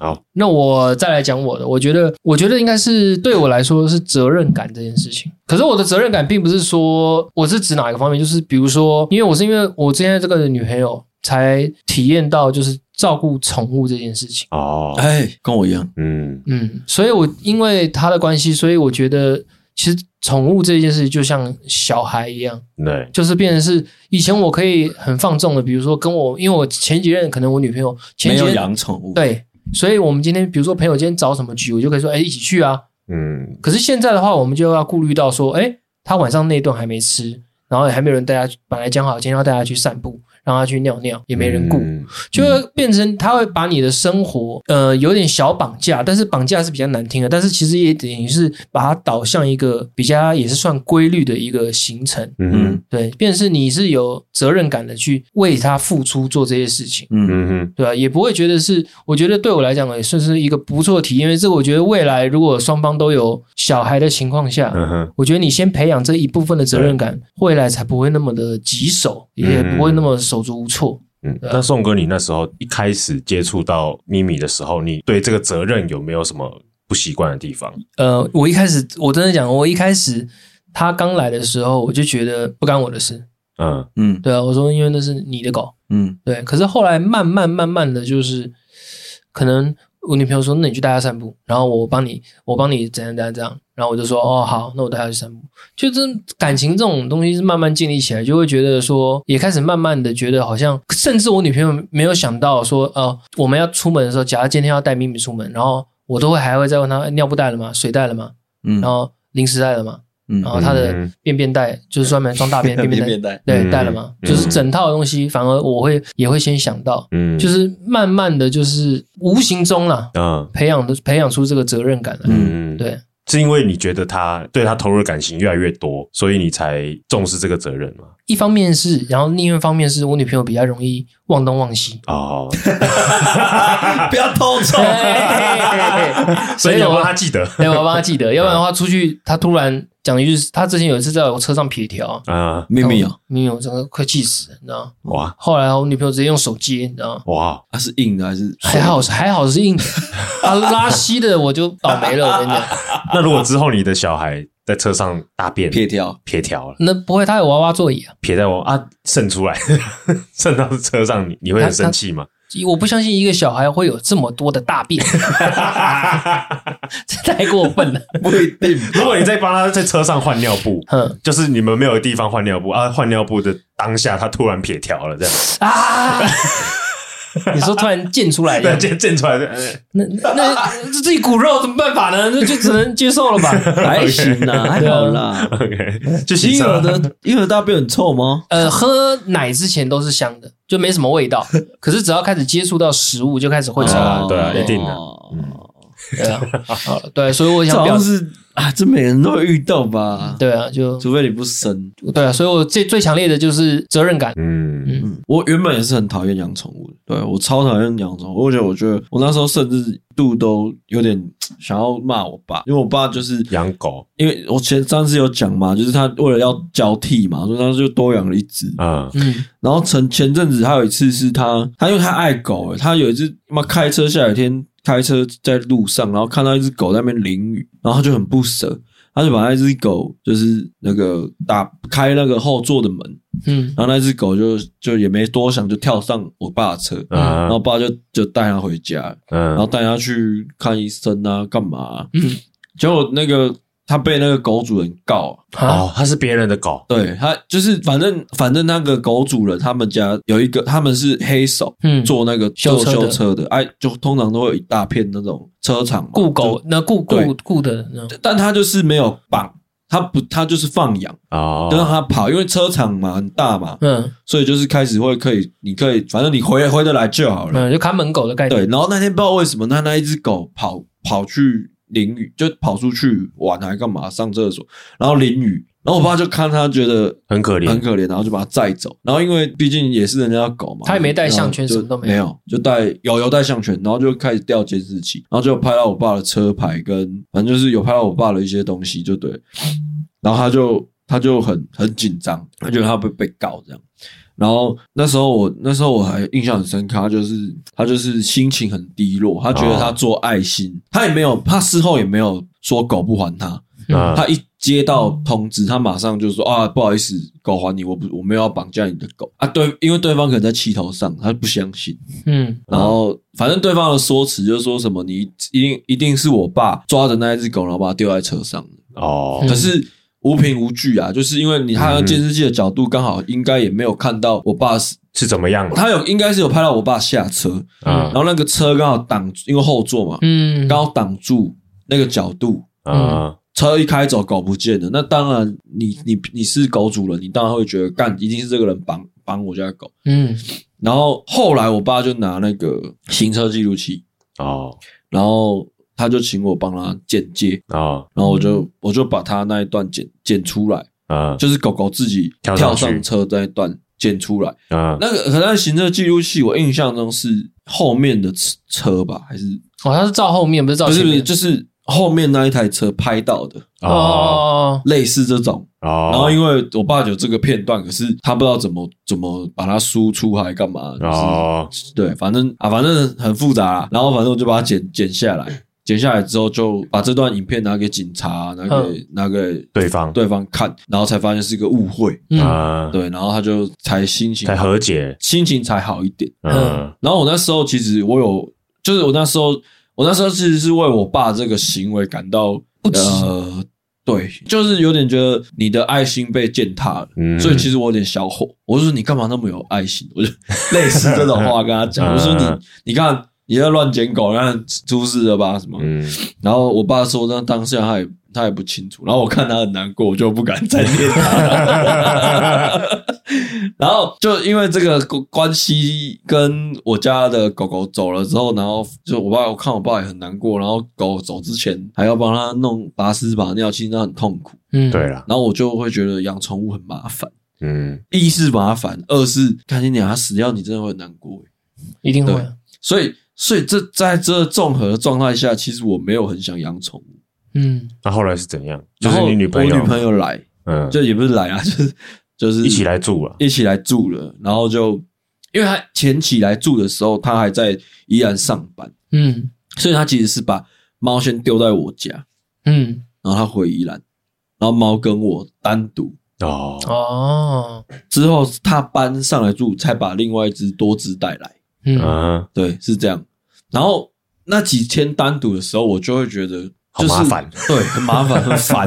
Speaker 2: 好，
Speaker 3: 那我再来讲我的，我觉得，我觉得应该是对我来说是责任感这件事情。可是我的责任感并不是说我是指哪一个方面，就是比如说，因为我是因为我之前这个女朋友才体验到就是照顾宠物这件事情。
Speaker 2: 哦，
Speaker 1: 哎，跟我一样，
Speaker 2: 嗯，
Speaker 3: 嗯，所以我因为他的关系，所以我觉得其实宠物这件事情就像小孩一样，
Speaker 2: 对，
Speaker 3: 就是变成是以前我可以很放纵的，比如说跟我，因为我前几任可能我女朋友前
Speaker 1: 没
Speaker 3: 几
Speaker 1: 有
Speaker 3: 任
Speaker 1: 养宠物，，
Speaker 3: 对，所以我们今天比如说朋友今天找什么局，我就可以说哎一起去啊。
Speaker 2: 嗯，
Speaker 3: 可是现在的话，我们就要顾虑到说，哎，他晚上那顿还没吃，然后也还没有人带他去，本来讲好今天要带他去散步，让他去尿尿，也没人顾。
Speaker 2: 嗯
Speaker 3: 就会变成他会把你的生活，呃，有点小绑架，但是绑架是比较难听的，但是其实也等于是把它导向一个比较也是算规律的一个行程，
Speaker 2: 嗯
Speaker 3: 对，便是你是有责任感的去为他付出做这些事情。
Speaker 2: 哼，
Speaker 1: 嗯，
Speaker 2: 嗯哼，
Speaker 3: 对啊，也不会觉得是，我觉得对我来讲也算是一个不错的体验。因为这个，我觉得未来如果双方都有小孩的情况下，
Speaker 2: 嗯哼，
Speaker 3: 我觉得你先培养这一部分的责任感，未来才不会那么的棘手，也不会那么手足无措。
Speaker 2: 嗯。那宋哥，你那时候一开始接触到咪咪的时候，你对这个责任有没有什么不习惯的地方？
Speaker 3: 呃，我一开始我真的讲，我一开始他刚来的时候，我就觉得不干我的事。
Speaker 2: 嗯
Speaker 1: 嗯，
Speaker 3: 对啊，我说因为那是你的狗，
Speaker 1: 嗯，
Speaker 3: 对。可是后来慢慢慢慢的就是，可能我女朋友说，那你去带她散步，然后我帮你，我帮你怎样怎样怎样，然后我就说，哦，好，那我带她去散步。就这感情这种东西是慢慢建立起来，就会觉得说，也开始慢慢的觉得好像，甚至我女朋友没有想到说，呃，我们要出门的时候，假如今天要带咪咪出门，然后我都会还会再问她哎尿布带了吗？水带了吗？
Speaker 1: 嗯，
Speaker 3: 然后零食带了吗？
Speaker 1: 嗯
Speaker 3: 然后她的
Speaker 2: 嗯
Speaker 3: 便便袋就是专门装大便的便便袋。
Speaker 1: 变态，
Speaker 3: 哦 对，
Speaker 2: 嗯
Speaker 3: 带了嘛，
Speaker 2: 嗯
Speaker 3: 就是整套的东西，反而我会也会先想到，
Speaker 2: 嗯，
Speaker 3: 就是慢慢的就是无形中啦，
Speaker 2: 嗯
Speaker 3: 培养的培养出这个责任感来。
Speaker 2: 嗯，
Speaker 3: 对，
Speaker 2: 是因为你觉得他对他投入的感情越来越多，所以你才重视这个责任嘛？
Speaker 3: 一方面是，然后另一方面是我女朋友比较容易忘东忘西，
Speaker 2: 哦，
Speaker 1: 不要偷臭
Speaker 2: 所以你要帮他记 得。
Speaker 3: 对，我要帮她记得，要不然的话出去她突然讲一句，她之前有一次在我车上撇条，
Speaker 2: 啊，
Speaker 1: 秘密
Speaker 3: 然
Speaker 1: 啊
Speaker 3: 后，明明我真的快气死了，你知道吗？
Speaker 2: 哇
Speaker 3: 后来我女朋友直接用手接，你知道吗？
Speaker 2: 哇，
Speaker 1: 它是硬的还 是？
Speaker 3: 还好还好是硬的，啊拉稀的我就倒霉了，我跟你讲。
Speaker 2: 那如果之后你的小孩在车上大便
Speaker 1: 撇 条，
Speaker 2: 撇条了，
Speaker 3: 那不会，她有娃娃座椅啊。
Speaker 2: 撇在我啊渗出来， 渗到车上，你你会很生气 吗？
Speaker 3: 我不相信一个小孩会有这么多的大便， 这太过分了。
Speaker 1: 不一定。
Speaker 2: 如果你在帮他在车上换尿 布，
Speaker 3: 嗯
Speaker 2: 就是你们没有地方换尿布啊，换尿布的当下他突然撇条了，这样
Speaker 3: 啊， 你说突然溅出
Speaker 1: 哎
Speaker 3: 来
Speaker 2: 对，
Speaker 3: 的，
Speaker 2: 溅溅出来的，呃
Speaker 3: 那那自己骨肉怎么办法呢？那就只能接受了吧。哎
Speaker 1: 还行啦， 还
Speaker 3: 啊
Speaker 1: 好啦。
Speaker 2: OK，就洗
Speaker 1: 婴
Speaker 2: 车
Speaker 1: 儿嗯的婴儿大便很臭吗？
Speaker 3: 呃，喝奶之前都是香的，就没什么味道。可是只要开始接触到食物，就开始会臭。
Speaker 2: 啊对啊
Speaker 1: 哦
Speaker 2: 一定的嗯
Speaker 3: 对啊，好了对，所以我
Speaker 1: 这
Speaker 3: 想
Speaker 1: 好
Speaker 3: 表
Speaker 1: 像，是啊，这每人都会遇到吧？
Speaker 3: 对啊，就
Speaker 1: 除非你不生。
Speaker 3: 对啊，所以我最最强烈的就是责任感。
Speaker 2: 嗯
Speaker 3: 嗯
Speaker 1: 嗯，我原本也是很讨厌养宠物的，对啊我超讨厌养宠物，而且我觉得我那时候甚至一度都有点想要骂我爸，因为我爸就是
Speaker 2: 养狗，
Speaker 1: 因为我前上次有讲嘛，就是他为了要交替嘛，所以他就多养了一只。
Speaker 2: 嗯
Speaker 3: 嗯
Speaker 1: 然后前前阵子还有一次是他，他因为他爱狗、他有一次妈开车下雨天开车在路上，然后看到一只狗在那边淋雨，然后他就很不舍，他就把那只狗就是那个打开那个后座的门，
Speaker 3: 嗯
Speaker 1: 然后那只狗就就也没多想，就跳上我爸的车，然后
Speaker 2: 嗯
Speaker 1: 我爸就就带它回家，然后
Speaker 2: 嗯
Speaker 1: 带它去看医生啊，干嘛啊、
Speaker 3: 嗯，
Speaker 1: 结果那个他被那个狗主人告，
Speaker 3: 好，
Speaker 2: 哦，他是别人的狗，
Speaker 1: 对他就是反正反正那个狗主人他们家有一个他们是黑手。
Speaker 3: 嗯，
Speaker 1: 做那个
Speaker 3: 修
Speaker 1: 做
Speaker 3: 车的
Speaker 1: 修车的，哎，就通常都会有一大片那种车场嘛
Speaker 3: 雇狗，那雇雇
Speaker 1: 对
Speaker 3: 雇的那种。
Speaker 1: 就但他就是没有绑，他不，他就是放养，
Speaker 2: 哦
Speaker 1: 就让他跑，因为车场嘛很大嘛，
Speaker 3: 嗯
Speaker 1: 所以就是开始会可以，你可以，反正你回回得来就好了。
Speaker 3: 嗯，就看门狗的概念。
Speaker 1: 对，然后那天不知道为什么，那那一只狗跑跑去淋雨，就跑出去玩还干嘛，上厕所，然后淋雨，然后我爸就看他觉得
Speaker 2: 很可怜
Speaker 1: 很，可怜，然后就把它载走。然后因为毕竟也是人家的狗嘛，
Speaker 3: 他也没带项圈
Speaker 1: 然后就
Speaker 3: 什么都没有
Speaker 1: 没有，就带有有带项圈，然后就开始调监视器，然后就拍到我爸的车牌跟反正就是有拍到我爸的一些东西，就对。然后他就他就很很紧张，他觉得他被被告这样。然后那时候我那时候我还印象很深刻，他就是他就是心情
Speaker 2: 哦
Speaker 1: 很低落，他觉得他做爱心，他也没有他事后也没有说狗不还他，
Speaker 3: 嗯
Speaker 2: 啊
Speaker 1: 他一接到通知，他马上就说啊，不好意思，狗还你，我不我没有要绑架你的狗啊。对，因为对方可能在气头上，他不相信。
Speaker 3: 嗯
Speaker 1: 然后反正对方的说辞就是说什么你一定一定是我爸抓着那一只狗，然后把它丢在车上的。
Speaker 2: 哦
Speaker 3: 嗯
Speaker 1: 可是无凭无据啊，就是因为你他用监视器的角度刚好应该也没有看到我爸是，
Speaker 2: 是怎么样？
Speaker 1: 他有应该是有拍到我爸下车，
Speaker 2: 啊
Speaker 1: 然后那个车刚好挡，因为后座嘛，
Speaker 3: 嗯，
Speaker 1: 刚好挡住那个角度。
Speaker 2: 啊
Speaker 1: 车一开走，狗不见了。那当然
Speaker 2: 嗯
Speaker 1: 你，你你是狗主人，你当然会觉得干，一定是这个人绑绑我家的狗。
Speaker 3: 嗯
Speaker 1: 然后后来我爸就拿那个行车记录器，
Speaker 2: 哦
Speaker 1: 然后他就请我帮他剪接，
Speaker 2: 哦
Speaker 1: 然后我就、我就把他那一段剪剪出来，
Speaker 2: 啊
Speaker 1: 就是狗狗自己
Speaker 2: 跳上
Speaker 1: 跳
Speaker 2: 去
Speaker 1: 上车那一段剪出来。
Speaker 2: 啊
Speaker 1: 那个可能行车记录器，我印象中是后面的车车吧，还是
Speaker 3: 好哦像是照后面，不是照
Speaker 1: 不是
Speaker 3: 前
Speaker 1: 不是，
Speaker 3: 面。
Speaker 1: 就是后面那一台车拍到的，
Speaker 3: 哦哦，哦
Speaker 1: 类似这种。
Speaker 2: 哦，
Speaker 1: 然后因为我爸有这个片段，可是他不知道怎么怎么把它输出还干嘛，就
Speaker 2: 哦
Speaker 1: 是对，反正啊，反正很复杂啦。然后反正我就把它剪剪下来，剪下来之后就把这段影片拿给警察，拿
Speaker 2: 嗯
Speaker 1: 给拿给
Speaker 2: 对方
Speaker 1: 对方看，然后才发现是个误会，
Speaker 3: 嗯
Speaker 2: 啊
Speaker 1: 对，然后他就才心情
Speaker 2: 才和解
Speaker 1: 心情才好一点。
Speaker 2: 嗯
Speaker 1: 然后我那时候其实我有，就是我那时候我那时候其实是为我爸这个行为感到
Speaker 3: 不耻
Speaker 1: 呃，对，就是有点觉得你的爱心被践踏了。
Speaker 2: 嗯，
Speaker 1: 所以其实我有点小火，我就说你干嘛那么有爱心？我就类似这种话跟他讲，我说
Speaker 2: 嗯
Speaker 1: 你你看你在乱捡狗，那出事了吧什么？
Speaker 2: 嗯
Speaker 1: 然后我爸说那当下他也他也不清楚，然后我看他很难过，我就不敢再念他。 然后就因为这个关关系跟我家的狗狗走了之后，然后就我爸我看我爸也很难过，然后狗走之前还要帮他弄拔屎拔尿，其实那很痛苦。
Speaker 3: 嗯，
Speaker 2: 对，了
Speaker 1: 然后我就会觉得养宠物很麻烦。
Speaker 2: 嗯
Speaker 1: 一是麻烦，二是看你俩死掉，你真的会很难过。
Speaker 3: 一定会
Speaker 1: 对。所以，所以这在这综合状态下，其实我没有很想养宠物。
Speaker 3: 嗯
Speaker 2: 那后来是怎样？就
Speaker 1: 然
Speaker 2: 是
Speaker 1: 后
Speaker 2: 你女朋友
Speaker 1: 我女朋友来，
Speaker 2: 嗯
Speaker 1: 就也不是来啊， 就是就是
Speaker 2: 一起来住啊了
Speaker 1: 一起来住了，然后就因为她前期来住的时候，她还在宜兰上班，
Speaker 3: 嗯
Speaker 1: 所以她其实是把猫先丢在我家，
Speaker 3: 嗯，
Speaker 1: 然后她回宜兰，然后猫跟我单独。
Speaker 2: 哦
Speaker 3: 哦，
Speaker 1: 之后她搬上来住，才把另外一只多只带来。啊
Speaker 3: 嗯
Speaker 2: 嗯
Speaker 1: 对，是这样。然后那几天单独的时候，我就会觉得、就是、
Speaker 2: 好麻烦，
Speaker 1: 对，很麻烦，很 烦，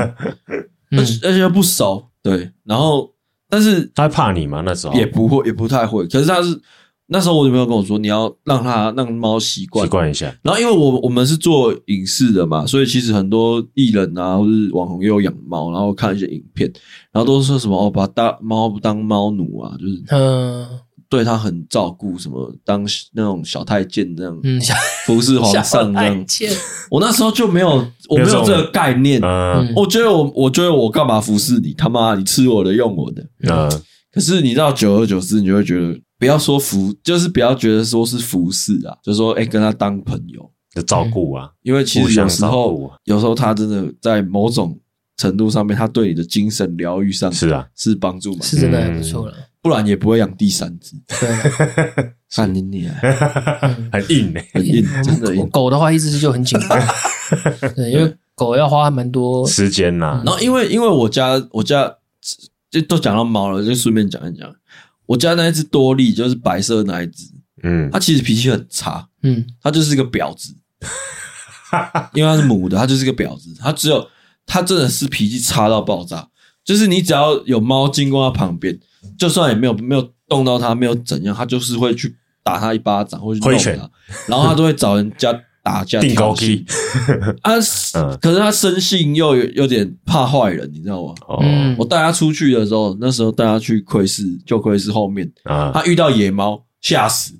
Speaker 1: 而
Speaker 3: 嗯
Speaker 1: 且而且又不熟，对。然后，但是
Speaker 2: 他怕你吗？那时候
Speaker 1: 也不会，也不太会。可是他是那时候我女朋友跟我说，你要让它让猫习惯
Speaker 2: 习。惯一下
Speaker 1: 然后，因为我我们是做影视的嘛，所以其实很多艺人啊，或是网红也有养猫，然后看一些影片，然后都说什么哦，把大猫当猫奴啊，就是
Speaker 3: 嗯
Speaker 1: 对它很照顾，什么当那种小太监这样，
Speaker 3: 嗯，小
Speaker 1: 服侍皇
Speaker 3: 小
Speaker 1: 上这样
Speaker 3: 太。监，
Speaker 1: 我那时候就没有，我没有这个概念。
Speaker 2: 嗯
Speaker 3: 嗯
Speaker 1: 我觉得我，我觉得我干嘛服侍你？他妈，你吃我的，用我的。
Speaker 2: 嗯
Speaker 1: 可是你到久而久之，你就会觉得，不要说服，就是不要觉得说是服侍啊，就说哎、跟他当朋友。
Speaker 2: 的照顾啊
Speaker 1: 因为其
Speaker 2: 互
Speaker 1: 实
Speaker 2: 相
Speaker 1: 有时
Speaker 2: 照顾
Speaker 1: 候
Speaker 2: 啊，
Speaker 1: 有时候他真的在某种程度上面，他对你的精神疗愈上
Speaker 2: 是啊
Speaker 1: 是帮助嘛，
Speaker 3: 是真的还不错了。
Speaker 1: 不然也不会养第三只。嗯
Speaker 3: 对，
Speaker 1: 看你你
Speaker 2: 很硬欸
Speaker 1: 很硬，真的 硬。
Speaker 3: 嗯狗的话一直就很紧张， 对，因为狗要花蛮多，
Speaker 2: 时间呐
Speaker 1: 然后因为因为我家我家就都讲到猫了，就顺便讲一讲。我家那一只多利就是白色的那一只，
Speaker 2: 嗯
Speaker 1: 它其实脾气很差，
Speaker 3: 嗯
Speaker 1: 它就是个婊 子，因为它是母的，它就是个婊子。它只有它真的是脾气差到爆炸，就是你只要有猫经过它旁边，就算也没有没有动到它，没有怎样，它就是会去打它一巴掌，或者
Speaker 2: 挥
Speaker 1: 弄
Speaker 2: 拳
Speaker 1: 它，然后它都会找人家打架
Speaker 2: 定
Speaker 1: 挑
Speaker 2: 高
Speaker 1: 衅
Speaker 2: 低
Speaker 1: 啊
Speaker 2: 嗯，
Speaker 1: 可是它生性又有有点怕坏人，你知道吗？
Speaker 2: 哦
Speaker 3: 嗯
Speaker 1: 我带他出去的时候，那时候带他去窥视，就窥视后面，
Speaker 2: 啊
Speaker 1: 他遇到野猫，吓死。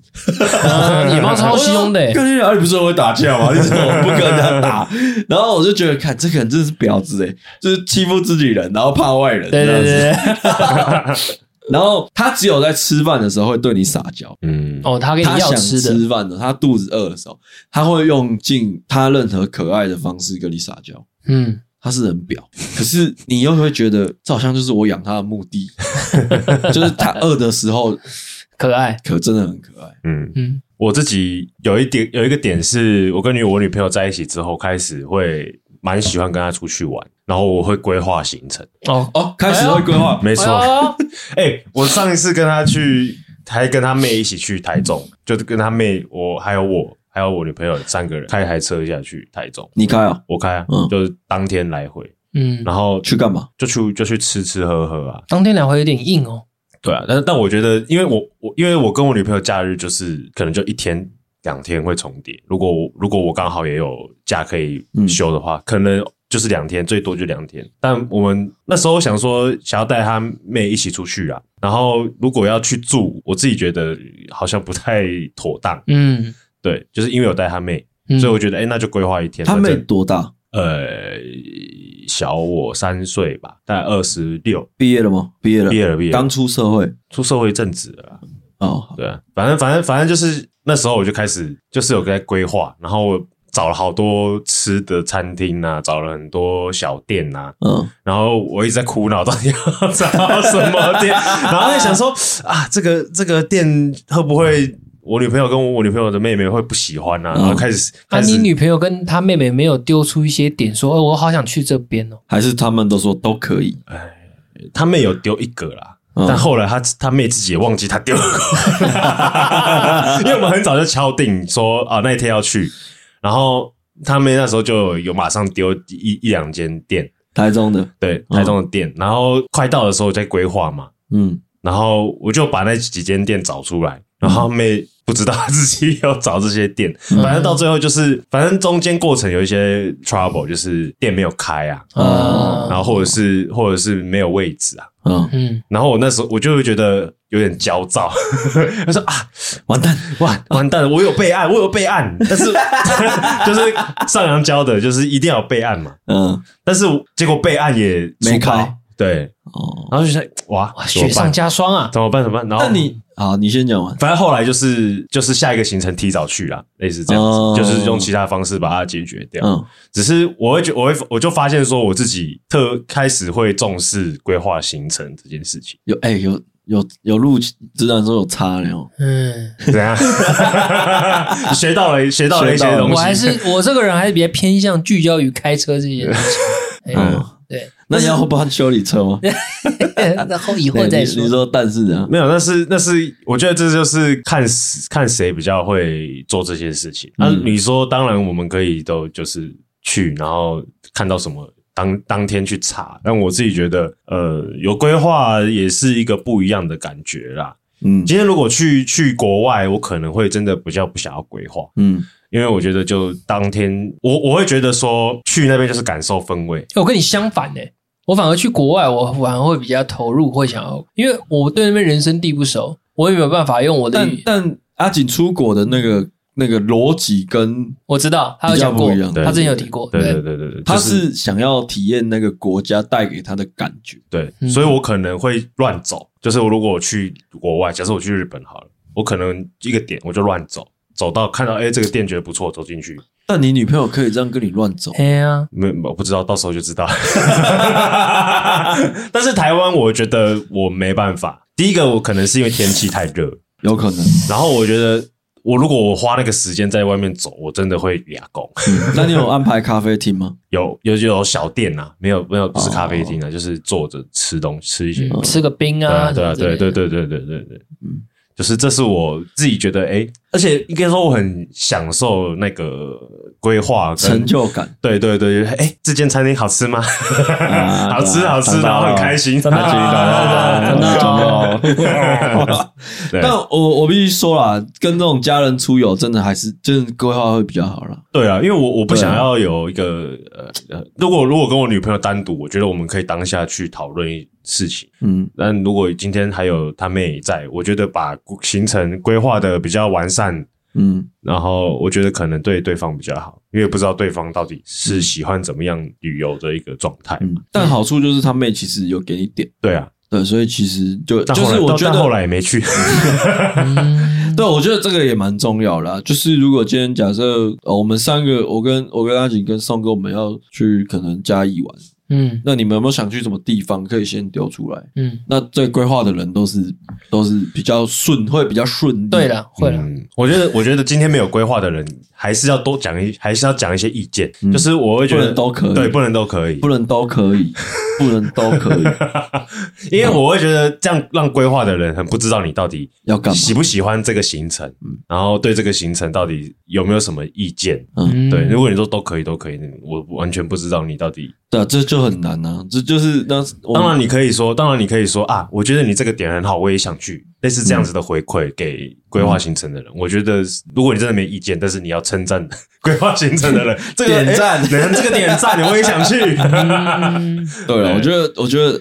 Speaker 3: 啊 野猫超凶的欸，
Speaker 1: 跟你讲，你不是很会打架 吗？你怎么不跟人家打？然后我就觉得，看这个人真的是婊子诶，就是欺负自己人，然后怕外人
Speaker 3: 对
Speaker 1: 这样
Speaker 3: 对
Speaker 1: 子。
Speaker 3: 对对。
Speaker 1: 然后他只有在吃饭的时候会对你撒娇。
Speaker 2: 嗯
Speaker 3: 哦，他给你
Speaker 1: 他
Speaker 3: 要
Speaker 1: 想
Speaker 3: 吃的，
Speaker 1: 吃饭的，他肚子饿的时候，他会用尽他任何可爱的方式跟你撒娇。
Speaker 3: 嗯，
Speaker 1: 他是很婊，可是你又会觉得这好像就是我养他的目 的，就是他饿的时候
Speaker 3: 可爱，
Speaker 1: 可真的很可爱。
Speaker 2: 嗯，
Speaker 3: 嗯
Speaker 2: 我自己有一点有一个点是，我跟女我女朋友在一起之后，开始会蛮喜欢跟她出去玩，然后我会规划行程。
Speaker 3: 哦，
Speaker 1: 哦，开始会规划，
Speaker 2: 没错，
Speaker 3: 哎呦
Speaker 2: 哎、我上一次跟她去，还跟她妹一起去台中，就是跟她妹，我还有我，还有我女朋友三个人开一台车下去台中。
Speaker 1: 你开啊？
Speaker 2: 我开啊，
Speaker 1: 嗯
Speaker 2: 就是当天来回，
Speaker 3: 嗯，
Speaker 2: 然后
Speaker 1: 去干嘛？
Speaker 2: 就去就去吃吃喝喝啊，
Speaker 3: 当天来回有点硬哦。
Speaker 2: 对啊，但是但我觉得，因为我我因为我跟我女朋友假日就是可能就一天两天会重叠。如果我如果我刚好也有假可以
Speaker 1: 嗯
Speaker 2: 休的话，可能就是两天，最多就两天。但我们那时候想说，想要带她妹一起出去啊。然后如果要去住，我自己觉得好像不太妥当。
Speaker 3: 嗯，
Speaker 2: 对，就是因为有带她妹，
Speaker 3: 嗯
Speaker 2: 所以我觉得，哎、那就规划一天。
Speaker 1: 他
Speaker 2: 反
Speaker 1: 妹
Speaker 2: 正
Speaker 1: 多大？
Speaker 2: 呃小我三岁吧，大概二十六，
Speaker 1: 毕业了吗？毕业了，
Speaker 2: 毕业了毕业了
Speaker 1: 刚出社会
Speaker 2: 出社会一阵子了啦。
Speaker 1: 哦。好
Speaker 2: 对啊，反正反正反正就是那时候我就开始就是有在规划，然后我找了好多吃的餐厅啊，找了很多小店啊，
Speaker 1: 嗯，
Speaker 2: 然后我一直在苦恼到底要找什么店，然后在想说啊，这个这个店会不会我女朋友跟我女朋友的妹妹会不喜欢啊？然后开始
Speaker 3: 啊，
Speaker 2: 开
Speaker 3: 你
Speaker 2: 始
Speaker 3: 女朋友跟她妹妹没有丢出一些点说，哦，我好想去这边哦。
Speaker 1: 还是他们都说都可以。
Speaker 2: 哎他妹有丢一个啦。
Speaker 1: 嗯
Speaker 2: 但后来他他妹自己也忘记他丢了过， 因为我们很早就敲定说啊那一天要去，然后他妹那时候就有有马上丢一一两间店，
Speaker 1: 台中的，
Speaker 2: 对台中的店，然后快到的时候再规划嘛，
Speaker 1: 嗯，
Speaker 2: 然后我就把那几间店找出来，然后他妹不知道她自己要找这些店，反正到最后就是反正中间过程有一些 trouble，就是店没有开啊，
Speaker 1: 哦
Speaker 2: 然
Speaker 3: 啊，
Speaker 2: 后或者是或者是没有位置啊。
Speaker 1: 嗯，
Speaker 3: 嗯，
Speaker 2: 然后我那时候我就会觉得有点焦躁， 他说啊，
Speaker 1: 完蛋，
Speaker 2: 完完蛋了，我有备案，我有备案，但是 就是上扬教的，就是一定要有备案嘛。
Speaker 1: 嗯，
Speaker 2: 但是结果备案也出
Speaker 1: 没
Speaker 2: 不来
Speaker 1: 开，
Speaker 2: 对，
Speaker 1: 哦，
Speaker 2: 然后就想哇
Speaker 3: 哇，，
Speaker 2: 怎
Speaker 3: 雪
Speaker 2: 么
Speaker 3: 上
Speaker 2: 办？
Speaker 3: 加霜啊。
Speaker 2: 怎么办？怎么办？然后
Speaker 1: 那你好，你先讲完。
Speaker 2: 反正后来就是就是下一个行程提早去啦，类似这样子，
Speaker 1: 哦
Speaker 2: 就是用其他方式把它解决掉。
Speaker 1: 嗯
Speaker 2: 只是我会觉我会我就发现说我自己特开始会重视规划行程这件事情，
Speaker 1: 有哎、有有有录，自然说有差了哦。
Speaker 3: 嗯，
Speaker 2: 怎样？学到了学到了一
Speaker 1: 学
Speaker 2: 些
Speaker 1: 到了
Speaker 2: 东西，
Speaker 3: 我还是 我这个人还是比较偏向聚焦于开车这件事 情。嗯，
Speaker 1: 嗯，
Speaker 3: 对，
Speaker 1: 那你要帮他修理车吗？
Speaker 3: 然后以后再
Speaker 1: 对你
Speaker 3: 说
Speaker 1: 你。说但是啊，
Speaker 2: 没有，那是那是，我觉得这就是看谁看谁比较会做这些事情。那、
Speaker 1: 嗯
Speaker 2: 你说，当然我们可以都就是去，然后看到什么当当天去查。但我自己觉得，呃，有规划也是一个不一样的感觉啦。
Speaker 1: 嗯
Speaker 2: 今天如果去去国外，我可能会真的比较不想要规划，
Speaker 1: 嗯，
Speaker 2: 因为我觉得就当天我我会觉得说去那边就是感受氛围，
Speaker 3: 哎我跟你相反呢、我反而去国外，我反而会比较投入，会想要，因为我对那边人生地不熟，我也没有办法用我的
Speaker 1: 但
Speaker 3: 语。
Speaker 1: 但阿锦出国的那个那个逻辑跟
Speaker 3: 我知道他有讲过
Speaker 1: 比较不一样，
Speaker 3: 他之前有提过，
Speaker 2: 对对对对对，
Speaker 1: 他
Speaker 2: 就是
Speaker 1: 是想要体验那个国家带给他的感觉，
Speaker 2: 对，
Speaker 3: 嗯
Speaker 2: 所以我可能会乱走。就是我如果我去国外，假设我去日本好了，我可能一个点我就乱走，走到看到哎、诶这个店觉得不错，走进去。
Speaker 1: 但你女朋友可以这样跟你乱走，
Speaker 3: 哎呀，
Speaker 2: 没，我不知道，到时候就知道。 但是台湾，我觉得我没办法。第一个，我可能是因为天气太热，
Speaker 1: 有可能。
Speaker 2: 然后我觉得我如果我花那个时间在外面走，我真的会哑工。
Speaker 1: 嗯那你有安排咖啡厅吗？
Speaker 2: 有有有小店呐、啊，没有没有不是咖啡厅啊，就是坐着吃东西，吃一些
Speaker 3: 嗯吃个冰啊，
Speaker 2: 嗯对啊，
Speaker 3: 什么之类
Speaker 2: 对啊，
Speaker 3: 的
Speaker 2: 对，对，对，对，对，对，对，
Speaker 1: 嗯
Speaker 2: 嗯，就是这是我自己觉得，哎，而且应该说我很享受那个规划跟
Speaker 1: 成，就感，
Speaker 2: 对对对，哎，这间餐厅好吃吗？
Speaker 1: 啊
Speaker 2: 好吃，
Speaker 1: 对啊
Speaker 2: 好吃，
Speaker 1: 长大
Speaker 2: 然后很
Speaker 1: 了
Speaker 2: 开心，
Speaker 1: 长大了长大
Speaker 2: 啊
Speaker 1: 了
Speaker 2: 长大
Speaker 1: 长大了
Speaker 2: 对
Speaker 1: 但我我必须说啦，跟这种家人出游，真的还是真的规划会比较好啦。
Speaker 2: 对啊，因为我我不
Speaker 1: 对啊
Speaker 2: 想要有一个呃，呃如果如果跟我女朋友单独，我觉得我们可以当下去讨论事情。
Speaker 1: 嗯，
Speaker 2: 但如果今天还有他妹在，我觉得把行程规划的比较完善，
Speaker 1: 嗯，
Speaker 2: 然后我觉得可能对对方比较好，因为不知道对方到底是喜欢怎么样旅游的一个状态。
Speaker 1: 嗯，但好处就是他妹其实有给你点，
Speaker 2: 对啊，
Speaker 1: 对，所以其实就
Speaker 2: 但
Speaker 1: 就
Speaker 2: 后来
Speaker 1: 是我觉
Speaker 2: 但
Speaker 1: 得
Speaker 2: 后来也没去。
Speaker 3: 嗯
Speaker 1: 对，我觉得这个也蛮重要啦。就是如果今天哦假设呃，我们三个，我跟我跟阿锦跟宋哥，我们要去可能嘉义玩，
Speaker 3: 嗯
Speaker 1: 那你们有没有想去什么地方可以先丢出来？
Speaker 3: 嗯，
Speaker 1: 那这规划的人都是都是比较顺，会比较顺利。
Speaker 3: 对，了，会
Speaker 1: 啊
Speaker 3: 了，
Speaker 2: 嗯，我觉得，我觉得今天没有规划的人，还是要多讲一， 还是要讲一些意见。
Speaker 1: 嗯
Speaker 2: 就是我会觉
Speaker 1: 不
Speaker 2: 得
Speaker 1: 能都可以
Speaker 2: 对，不能都可以，
Speaker 1: 不能都可以，不能都可以，
Speaker 2: 因为我会觉得这样让规划的人很不知道你到底
Speaker 1: 要干嘛？嗯
Speaker 2: 喜不喜欢这个行程，然后对这个行程到底有没有什么意见？
Speaker 3: 嗯，
Speaker 2: 对，如果你说都可以，都可以，我完全不知道你到底。
Speaker 1: 对啊，这就很难啊，这就是那我
Speaker 2: 当然，你可以说，当然你可以说啊，我觉得你这个点很好，我也想去，类似这样子的回馈给规划行程的人。我觉得，如果你真的没意见，但是你要称赞规划行程的人，这个
Speaker 1: 点赞
Speaker 2: 诶人这个点赞，我也想去。
Speaker 3: 嗯
Speaker 1: 对啊，
Speaker 2: 对
Speaker 1: 我觉得我觉得，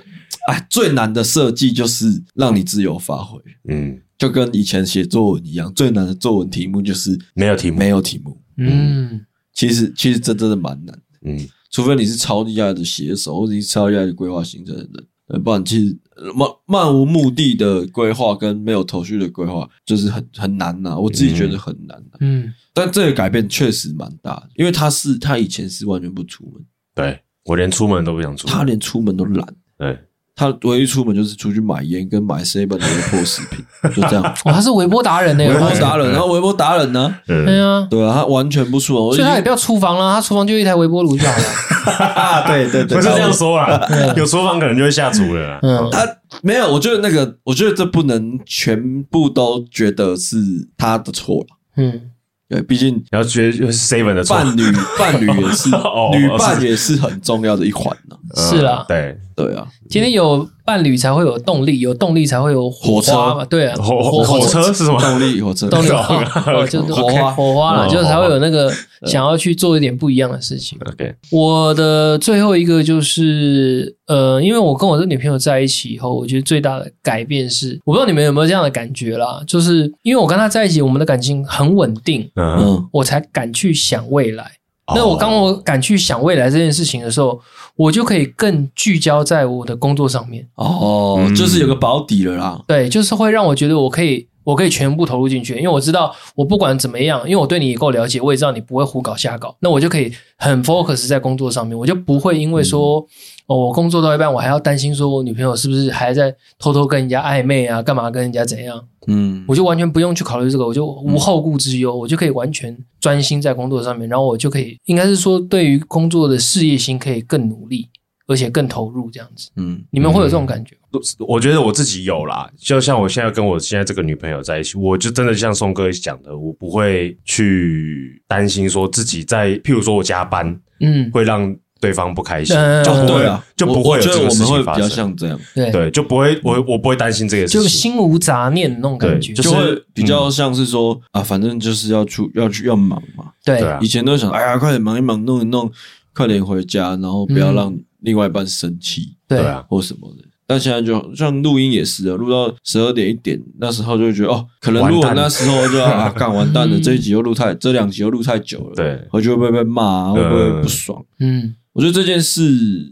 Speaker 1: 哎，最难的设计就是让你自由发挥，
Speaker 2: 嗯，
Speaker 1: 就跟以前写作文一样，最难的作文题目就是
Speaker 2: 没有题目
Speaker 1: 没有题目。
Speaker 3: 嗯
Speaker 1: 其实其实这真的蛮难的，
Speaker 2: 嗯
Speaker 1: 除非你是超厉害的写手，或者你是超厉害的规划行程的人。对不然，其实呃漫漫无目的的规划跟没有头绪的规划，就是很很难呐、我自己觉得很难、啊
Speaker 3: 嗯
Speaker 1: 但这个改变确实蛮大的，因为他是他以前是完全不出门，
Speaker 2: 对我连出门都不想出门。
Speaker 1: 他连出门都懒，
Speaker 2: 对，
Speaker 1: 他唯一出门就是出去买烟跟买 seven 的微波食 品，就这样。
Speaker 3: 哇，他是微波达人呢，哎
Speaker 1: 微
Speaker 3: 我
Speaker 1: 波
Speaker 3: 发现
Speaker 1: 达人，然后微波达人呢？
Speaker 3: 对
Speaker 2: 嗯，
Speaker 3: 啊，
Speaker 1: 对啊，他完全不出门。我
Speaker 3: 所
Speaker 1: 就
Speaker 3: 以他也不要厨房啦，他厨房就一台微波炉就好了。
Speaker 1: 啊，对对对，
Speaker 2: 不是这样
Speaker 1: 他。
Speaker 2: 说啦， 有厨房可能就会下厨了啦。
Speaker 3: 嗯
Speaker 1: 他没有，我觉得那个，我觉得这不能全部都觉得是他的错了。
Speaker 3: 嗯
Speaker 1: 对，毕竟
Speaker 2: 然后觉得就是 Seven 的错
Speaker 1: 伴侣伴侣也是
Speaker 2: 哦
Speaker 1: 女
Speaker 2: 哦
Speaker 1: 伴
Speaker 2: 是
Speaker 1: 也是很重要的一环呢。
Speaker 3: 是啦，
Speaker 2: 嗯对，
Speaker 1: 对啊，
Speaker 3: 今天有伴侣才会有动力，有动力才会有
Speaker 1: 火车
Speaker 3: 花嘛，对啊，
Speaker 2: 火火火车是什么？
Speaker 1: 动力火车，
Speaker 3: 动力
Speaker 2: 懂
Speaker 3: 哦 哦 就是
Speaker 1: 火花
Speaker 3: 火花啦，
Speaker 2: 哦
Speaker 3: 就是才会有那个 想要去做一点不一样的事情。
Speaker 2: OK，
Speaker 3: 我的最后一个就是，呃，因为我跟我的女朋友在一起以后，我觉得最大的改变是，我不知道你们有没有这样的感觉啦，就是因为我跟她在一起，我们的感情很稳定，
Speaker 2: 嗯，哦
Speaker 1: 嗯
Speaker 3: 我才敢去想未来。
Speaker 1: 哦
Speaker 3: 那我当我敢去想未来这件事情的时候，我就可以更聚焦在我的工作上面。
Speaker 1: 哦，
Speaker 2: 嗯
Speaker 1: 就是有个保底了啦。
Speaker 3: 对，就是会让我觉得我可以，我可以全部投入进去，因为我知道我不管怎么样，因为我对你也够了解，我也知道你不会胡搞瞎搞，那我就可以很 focus 在工作上面，我就不会因为说、
Speaker 1: 嗯
Speaker 3: 哦，我工作到一半，我还要担心说我女朋友是不是还在偷偷跟人家暧昧啊，干嘛跟人家怎样，
Speaker 1: 嗯
Speaker 3: 我就完全不用去考虑这个，我就无后顾之忧，我就可以完全专心在工作上面，然后我就可以应该是说对于工作的事业心可以更努力，而且更投入这样子，
Speaker 1: 嗯
Speaker 3: 你们会有这种感觉吗？
Speaker 2: 我觉得我自己有啦，就像我现在跟我现在这个女朋友在一起，我就真的像宋哥讲的，我不会去担心说自己在，譬如说我加班
Speaker 3: 嗯，
Speaker 2: 会让对方不开心，
Speaker 3: 嗯
Speaker 2: 就
Speaker 1: 哦，
Speaker 2: 不
Speaker 1: 对
Speaker 2: 会
Speaker 1: 啊，
Speaker 2: 就不
Speaker 1: 我
Speaker 2: 会
Speaker 1: 我
Speaker 2: 有
Speaker 1: 觉
Speaker 2: 这
Speaker 1: 得
Speaker 2: 个
Speaker 1: 我
Speaker 2: 事
Speaker 1: 们会
Speaker 2: 情
Speaker 1: 比
Speaker 2: 发
Speaker 1: 较
Speaker 2: 生。
Speaker 1: 像这样，
Speaker 3: 对，
Speaker 2: 对，就不会，我我不会担心这个
Speaker 3: 就
Speaker 2: 事情。
Speaker 3: 心无杂念那种感觉
Speaker 2: 对，
Speaker 1: 就
Speaker 2: 就是
Speaker 1: 会比较像是说啊，反正就是要出要去要忙嘛，
Speaker 3: 对
Speaker 2: 对啊
Speaker 1: 以前都想，哎呀，快点忙一忙，弄一弄，快点回家，然后不要让另外一半生气、
Speaker 3: 对
Speaker 2: 对啊，
Speaker 1: 或什么的。但现在就像录音也是啊，录到十二点一点，那时候就会觉得哦，可能录完
Speaker 2: 完蛋
Speaker 1: 那时候就要啊，干完蛋了，
Speaker 3: 嗯
Speaker 1: 这一集又录太，这两集又录太久了，
Speaker 2: 对
Speaker 1: 我就会被被骂、啊，会不会不爽？
Speaker 3: 嗯
Speaker 1: 我觉得这件事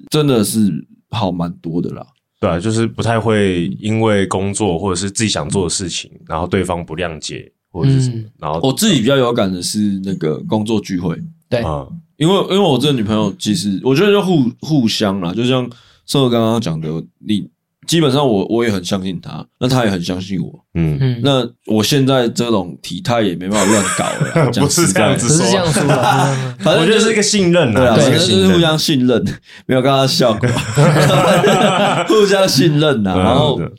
Speaker 1: 真的是好蛮多的啦，
Speaker 2: 对啊，就是不太会因为工作或者是自己想做的事情，然后对方不谅解或者是什么，
Speaker 3: 嗯
Speaker 2: 然后
Speaker 1: 我自己比较有感的是那个工作聚会，
Speaker 3: 对
Speaker 2: 嗯
Speaker 1: 因为因为我这个女朋友，其实我觉得就互互相啦，就像宋哥刚刚讲的，你基本上我我也很相信她，那她也很相信我。
Speaker 2: 嗯，
Speaker 3: 嗯，
Speaker 1: 那我现在这种体态也没办法乱搞了 啦，讲
Speaker 2: 不是
Speaker 1: 实
Speaker 2: 这样
Speaker 1: 在
Speaker 2: 子
Speaker 3: 不是这样说的，
Speaker 1: 反正
Speaker 2: 我觉
Speaker 1: 就
Speaker 2: 得是一个信任
Speaker 1: 对啊，
Speaker 2: 是
Speaker 1: 反正
Speaker 2: 一个
Speaker 1: 就
Speaker 2: 信
Speaker 1: 是
Speaker 2: 任
Speaker 1: 互相信任，没有刚刚笑 过，互相信任呐、
Speaker 2: 对啊
Speaker 1: 然后
Speaker 2: 对啊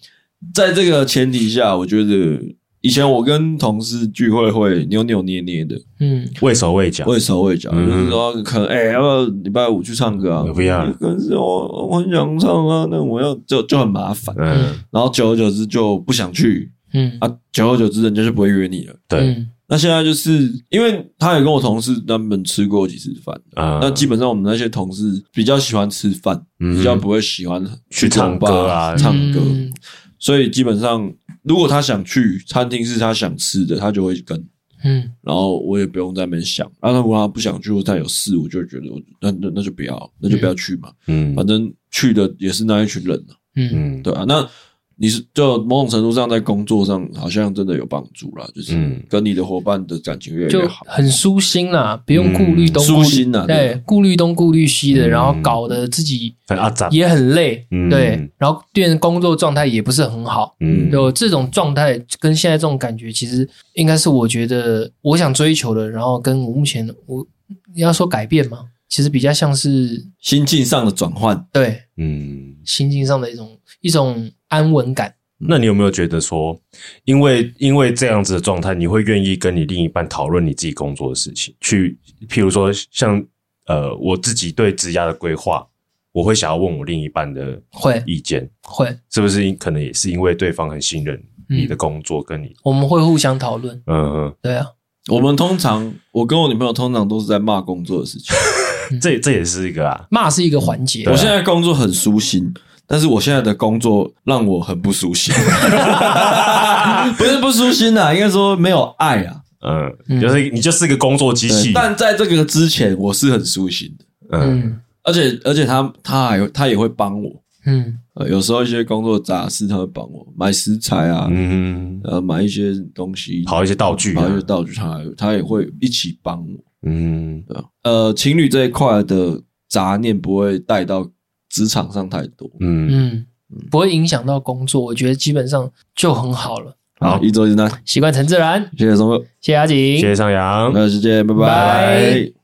Speaker 1: 在这个前提下，我觉得以前我跟同事聚会会扭扭捏捏的，
Speaker 3: 嗯
Speaker 2: 畏手畏脚，
Speaker 1: 畏手畏脚，
Speaker 2: 嗯
Speaker 1: 就是说可能哎、要不要礼拜五去唱歌啊？
Speaker 2: 不要了
Speaker 1: 可是我我很想唱啊，那我要就就很麻烦，
Speaker 2: 嗯，
Speaker 1: 然后久而久之就不想去
Speaker 3: 嗯
Speaker 1: 啊，久而久之人家就不会约你了。
Speaker 2: 对，
Speaker 3: 嗯
Speaker 1: 那现在就是因为他也跟我同事他们吃过几次饭，
Speaker 3: 嗯
Speaker 2: 啊
Speaker 1: 那基本上我们那些同事比较喜欢吃饭，
Speaker 2: 嗯
Speaker 1: 比较不会喜欢
Speaker 2: 去唱歌
Speaker 1: 酒吧
Speaker 2: 啊
Speaker 1: 唱歌，
Speaker 3: 嗯
Speaker 1: 所以基本上如果他想去餐厅是他想吃的，他就会跟。
Speaker 3: 嗯
Speaker 1: 然后我也不用在那边想，啊，那我他不想去，我再有事，我就会觉得我那那那就不要，那就不要去嘛，
Speaker 2: 嗯
Speaker 1: 反正去的也是那一群人啊，
Speaker 3: 嗯
Speaker 2: 嗯，
Speaker 1: 对啊，那你是就某种程度上在工作上好像真的有帮助啦，就是
Speaker 2: 嗯
Speaker 1: 跟你的伙伴的感情越来
Speaker 3: 就
Speaker 1: 越好。
Speaker 3: 很舒心啦，不用顾虑
Speaker 1: 嗯
Speaker 3: 东顾
Speaker 1: 舒
Speaker 3: 虑
Speaker 1: 心啊对
Speaker 3: 对，顾虑东顾虑西的，
Speaker 2: 嗯
Speaker 3: 然后搞得自己
Speaker 2: 很阿杂，
Speaker 3: 也很累，
Speaker 2: 嗯
Speaker 3: 对，然后变成工作状态也不是很好，
Speaker 2: 嗯
Speaker 3: 有这种状态跟现在这种感觉，其实应该是我觉得我想追求的，然后跟我目前我你要说改变吗？其实比较像是
Speaker 1: 心境上的转换，
Speaker 3: 对
Speaker 2: 嗯。
Speaker 3: 心境上的一种一种安稳感。
Speaker 2: 那你有没有觉得说，因为因为这样子的状态，你会愿意跟你另一半讨论你自己工作的事情？去，譬如说像呃，我自己对职涯的规划，我会想要问我另一半的
Speaker 3: 会
Speaker 2: 意见，
Speaker 3: 会，
Speaker 2: 是不是因？可能也是因为对方很信任
Speaker 3: 嗯
Speaker 2: 你的工作，跟你，
Speaker 3: 我们会互相讨论，
Speaker 2: 嗯，
Speaker 3: 对啊，
Speaker 1: 我们通常我跟我女朋友通常都是在骂工作的事情。
Speaker 2: 这这也是一个啊，
Speaker 3: 骂是一个环节啊
Speaker 1: 我，现在工作很舒心，但是我现在的工作让我很不舒心， 不是不舒心啊，应该说没有爱啊。
Speaker 2: 嗯，
Speaker 3: 嗯
Speaker 2: 就是你就是个工作机器，
Speaker 1: 但在这个之前，我是很舒心的，
Speaker 2: 嗯
Speaker 3: 嗯
Speaker 1: 而且而且他他还他也会帮我，
Speaker 3: 嗯
Speaker 1: 呃，有时候一些工作杂事他会帮我买食材啊，
Speaker 2: 嗯，
Speaker 1: 呃，买一些东西，
Speaker 2: 跑一些道具啊
Speaker 1: 跑一些道具，他还他也会一起帮我。
Speaker 2: 嗯
Speaker 1: 对啊呃，情侣这一块的杂念不会带到职场上太多。
Speaker 2: 嗯，
Speaker 3: 嗯，不会影响到工作，我觉得基本上就很好了，
Speaker 1: 好，一周一单，
Speaker 3: 习惯成自然。
Speaker 1: 谢谢松哥，
Speaker 3: 谢谢阿景，
Speaker 2: 谢谢上扬，
Speaker 1: 那就见，拜
Speaker 3: 拜
Speaker 1: 拜。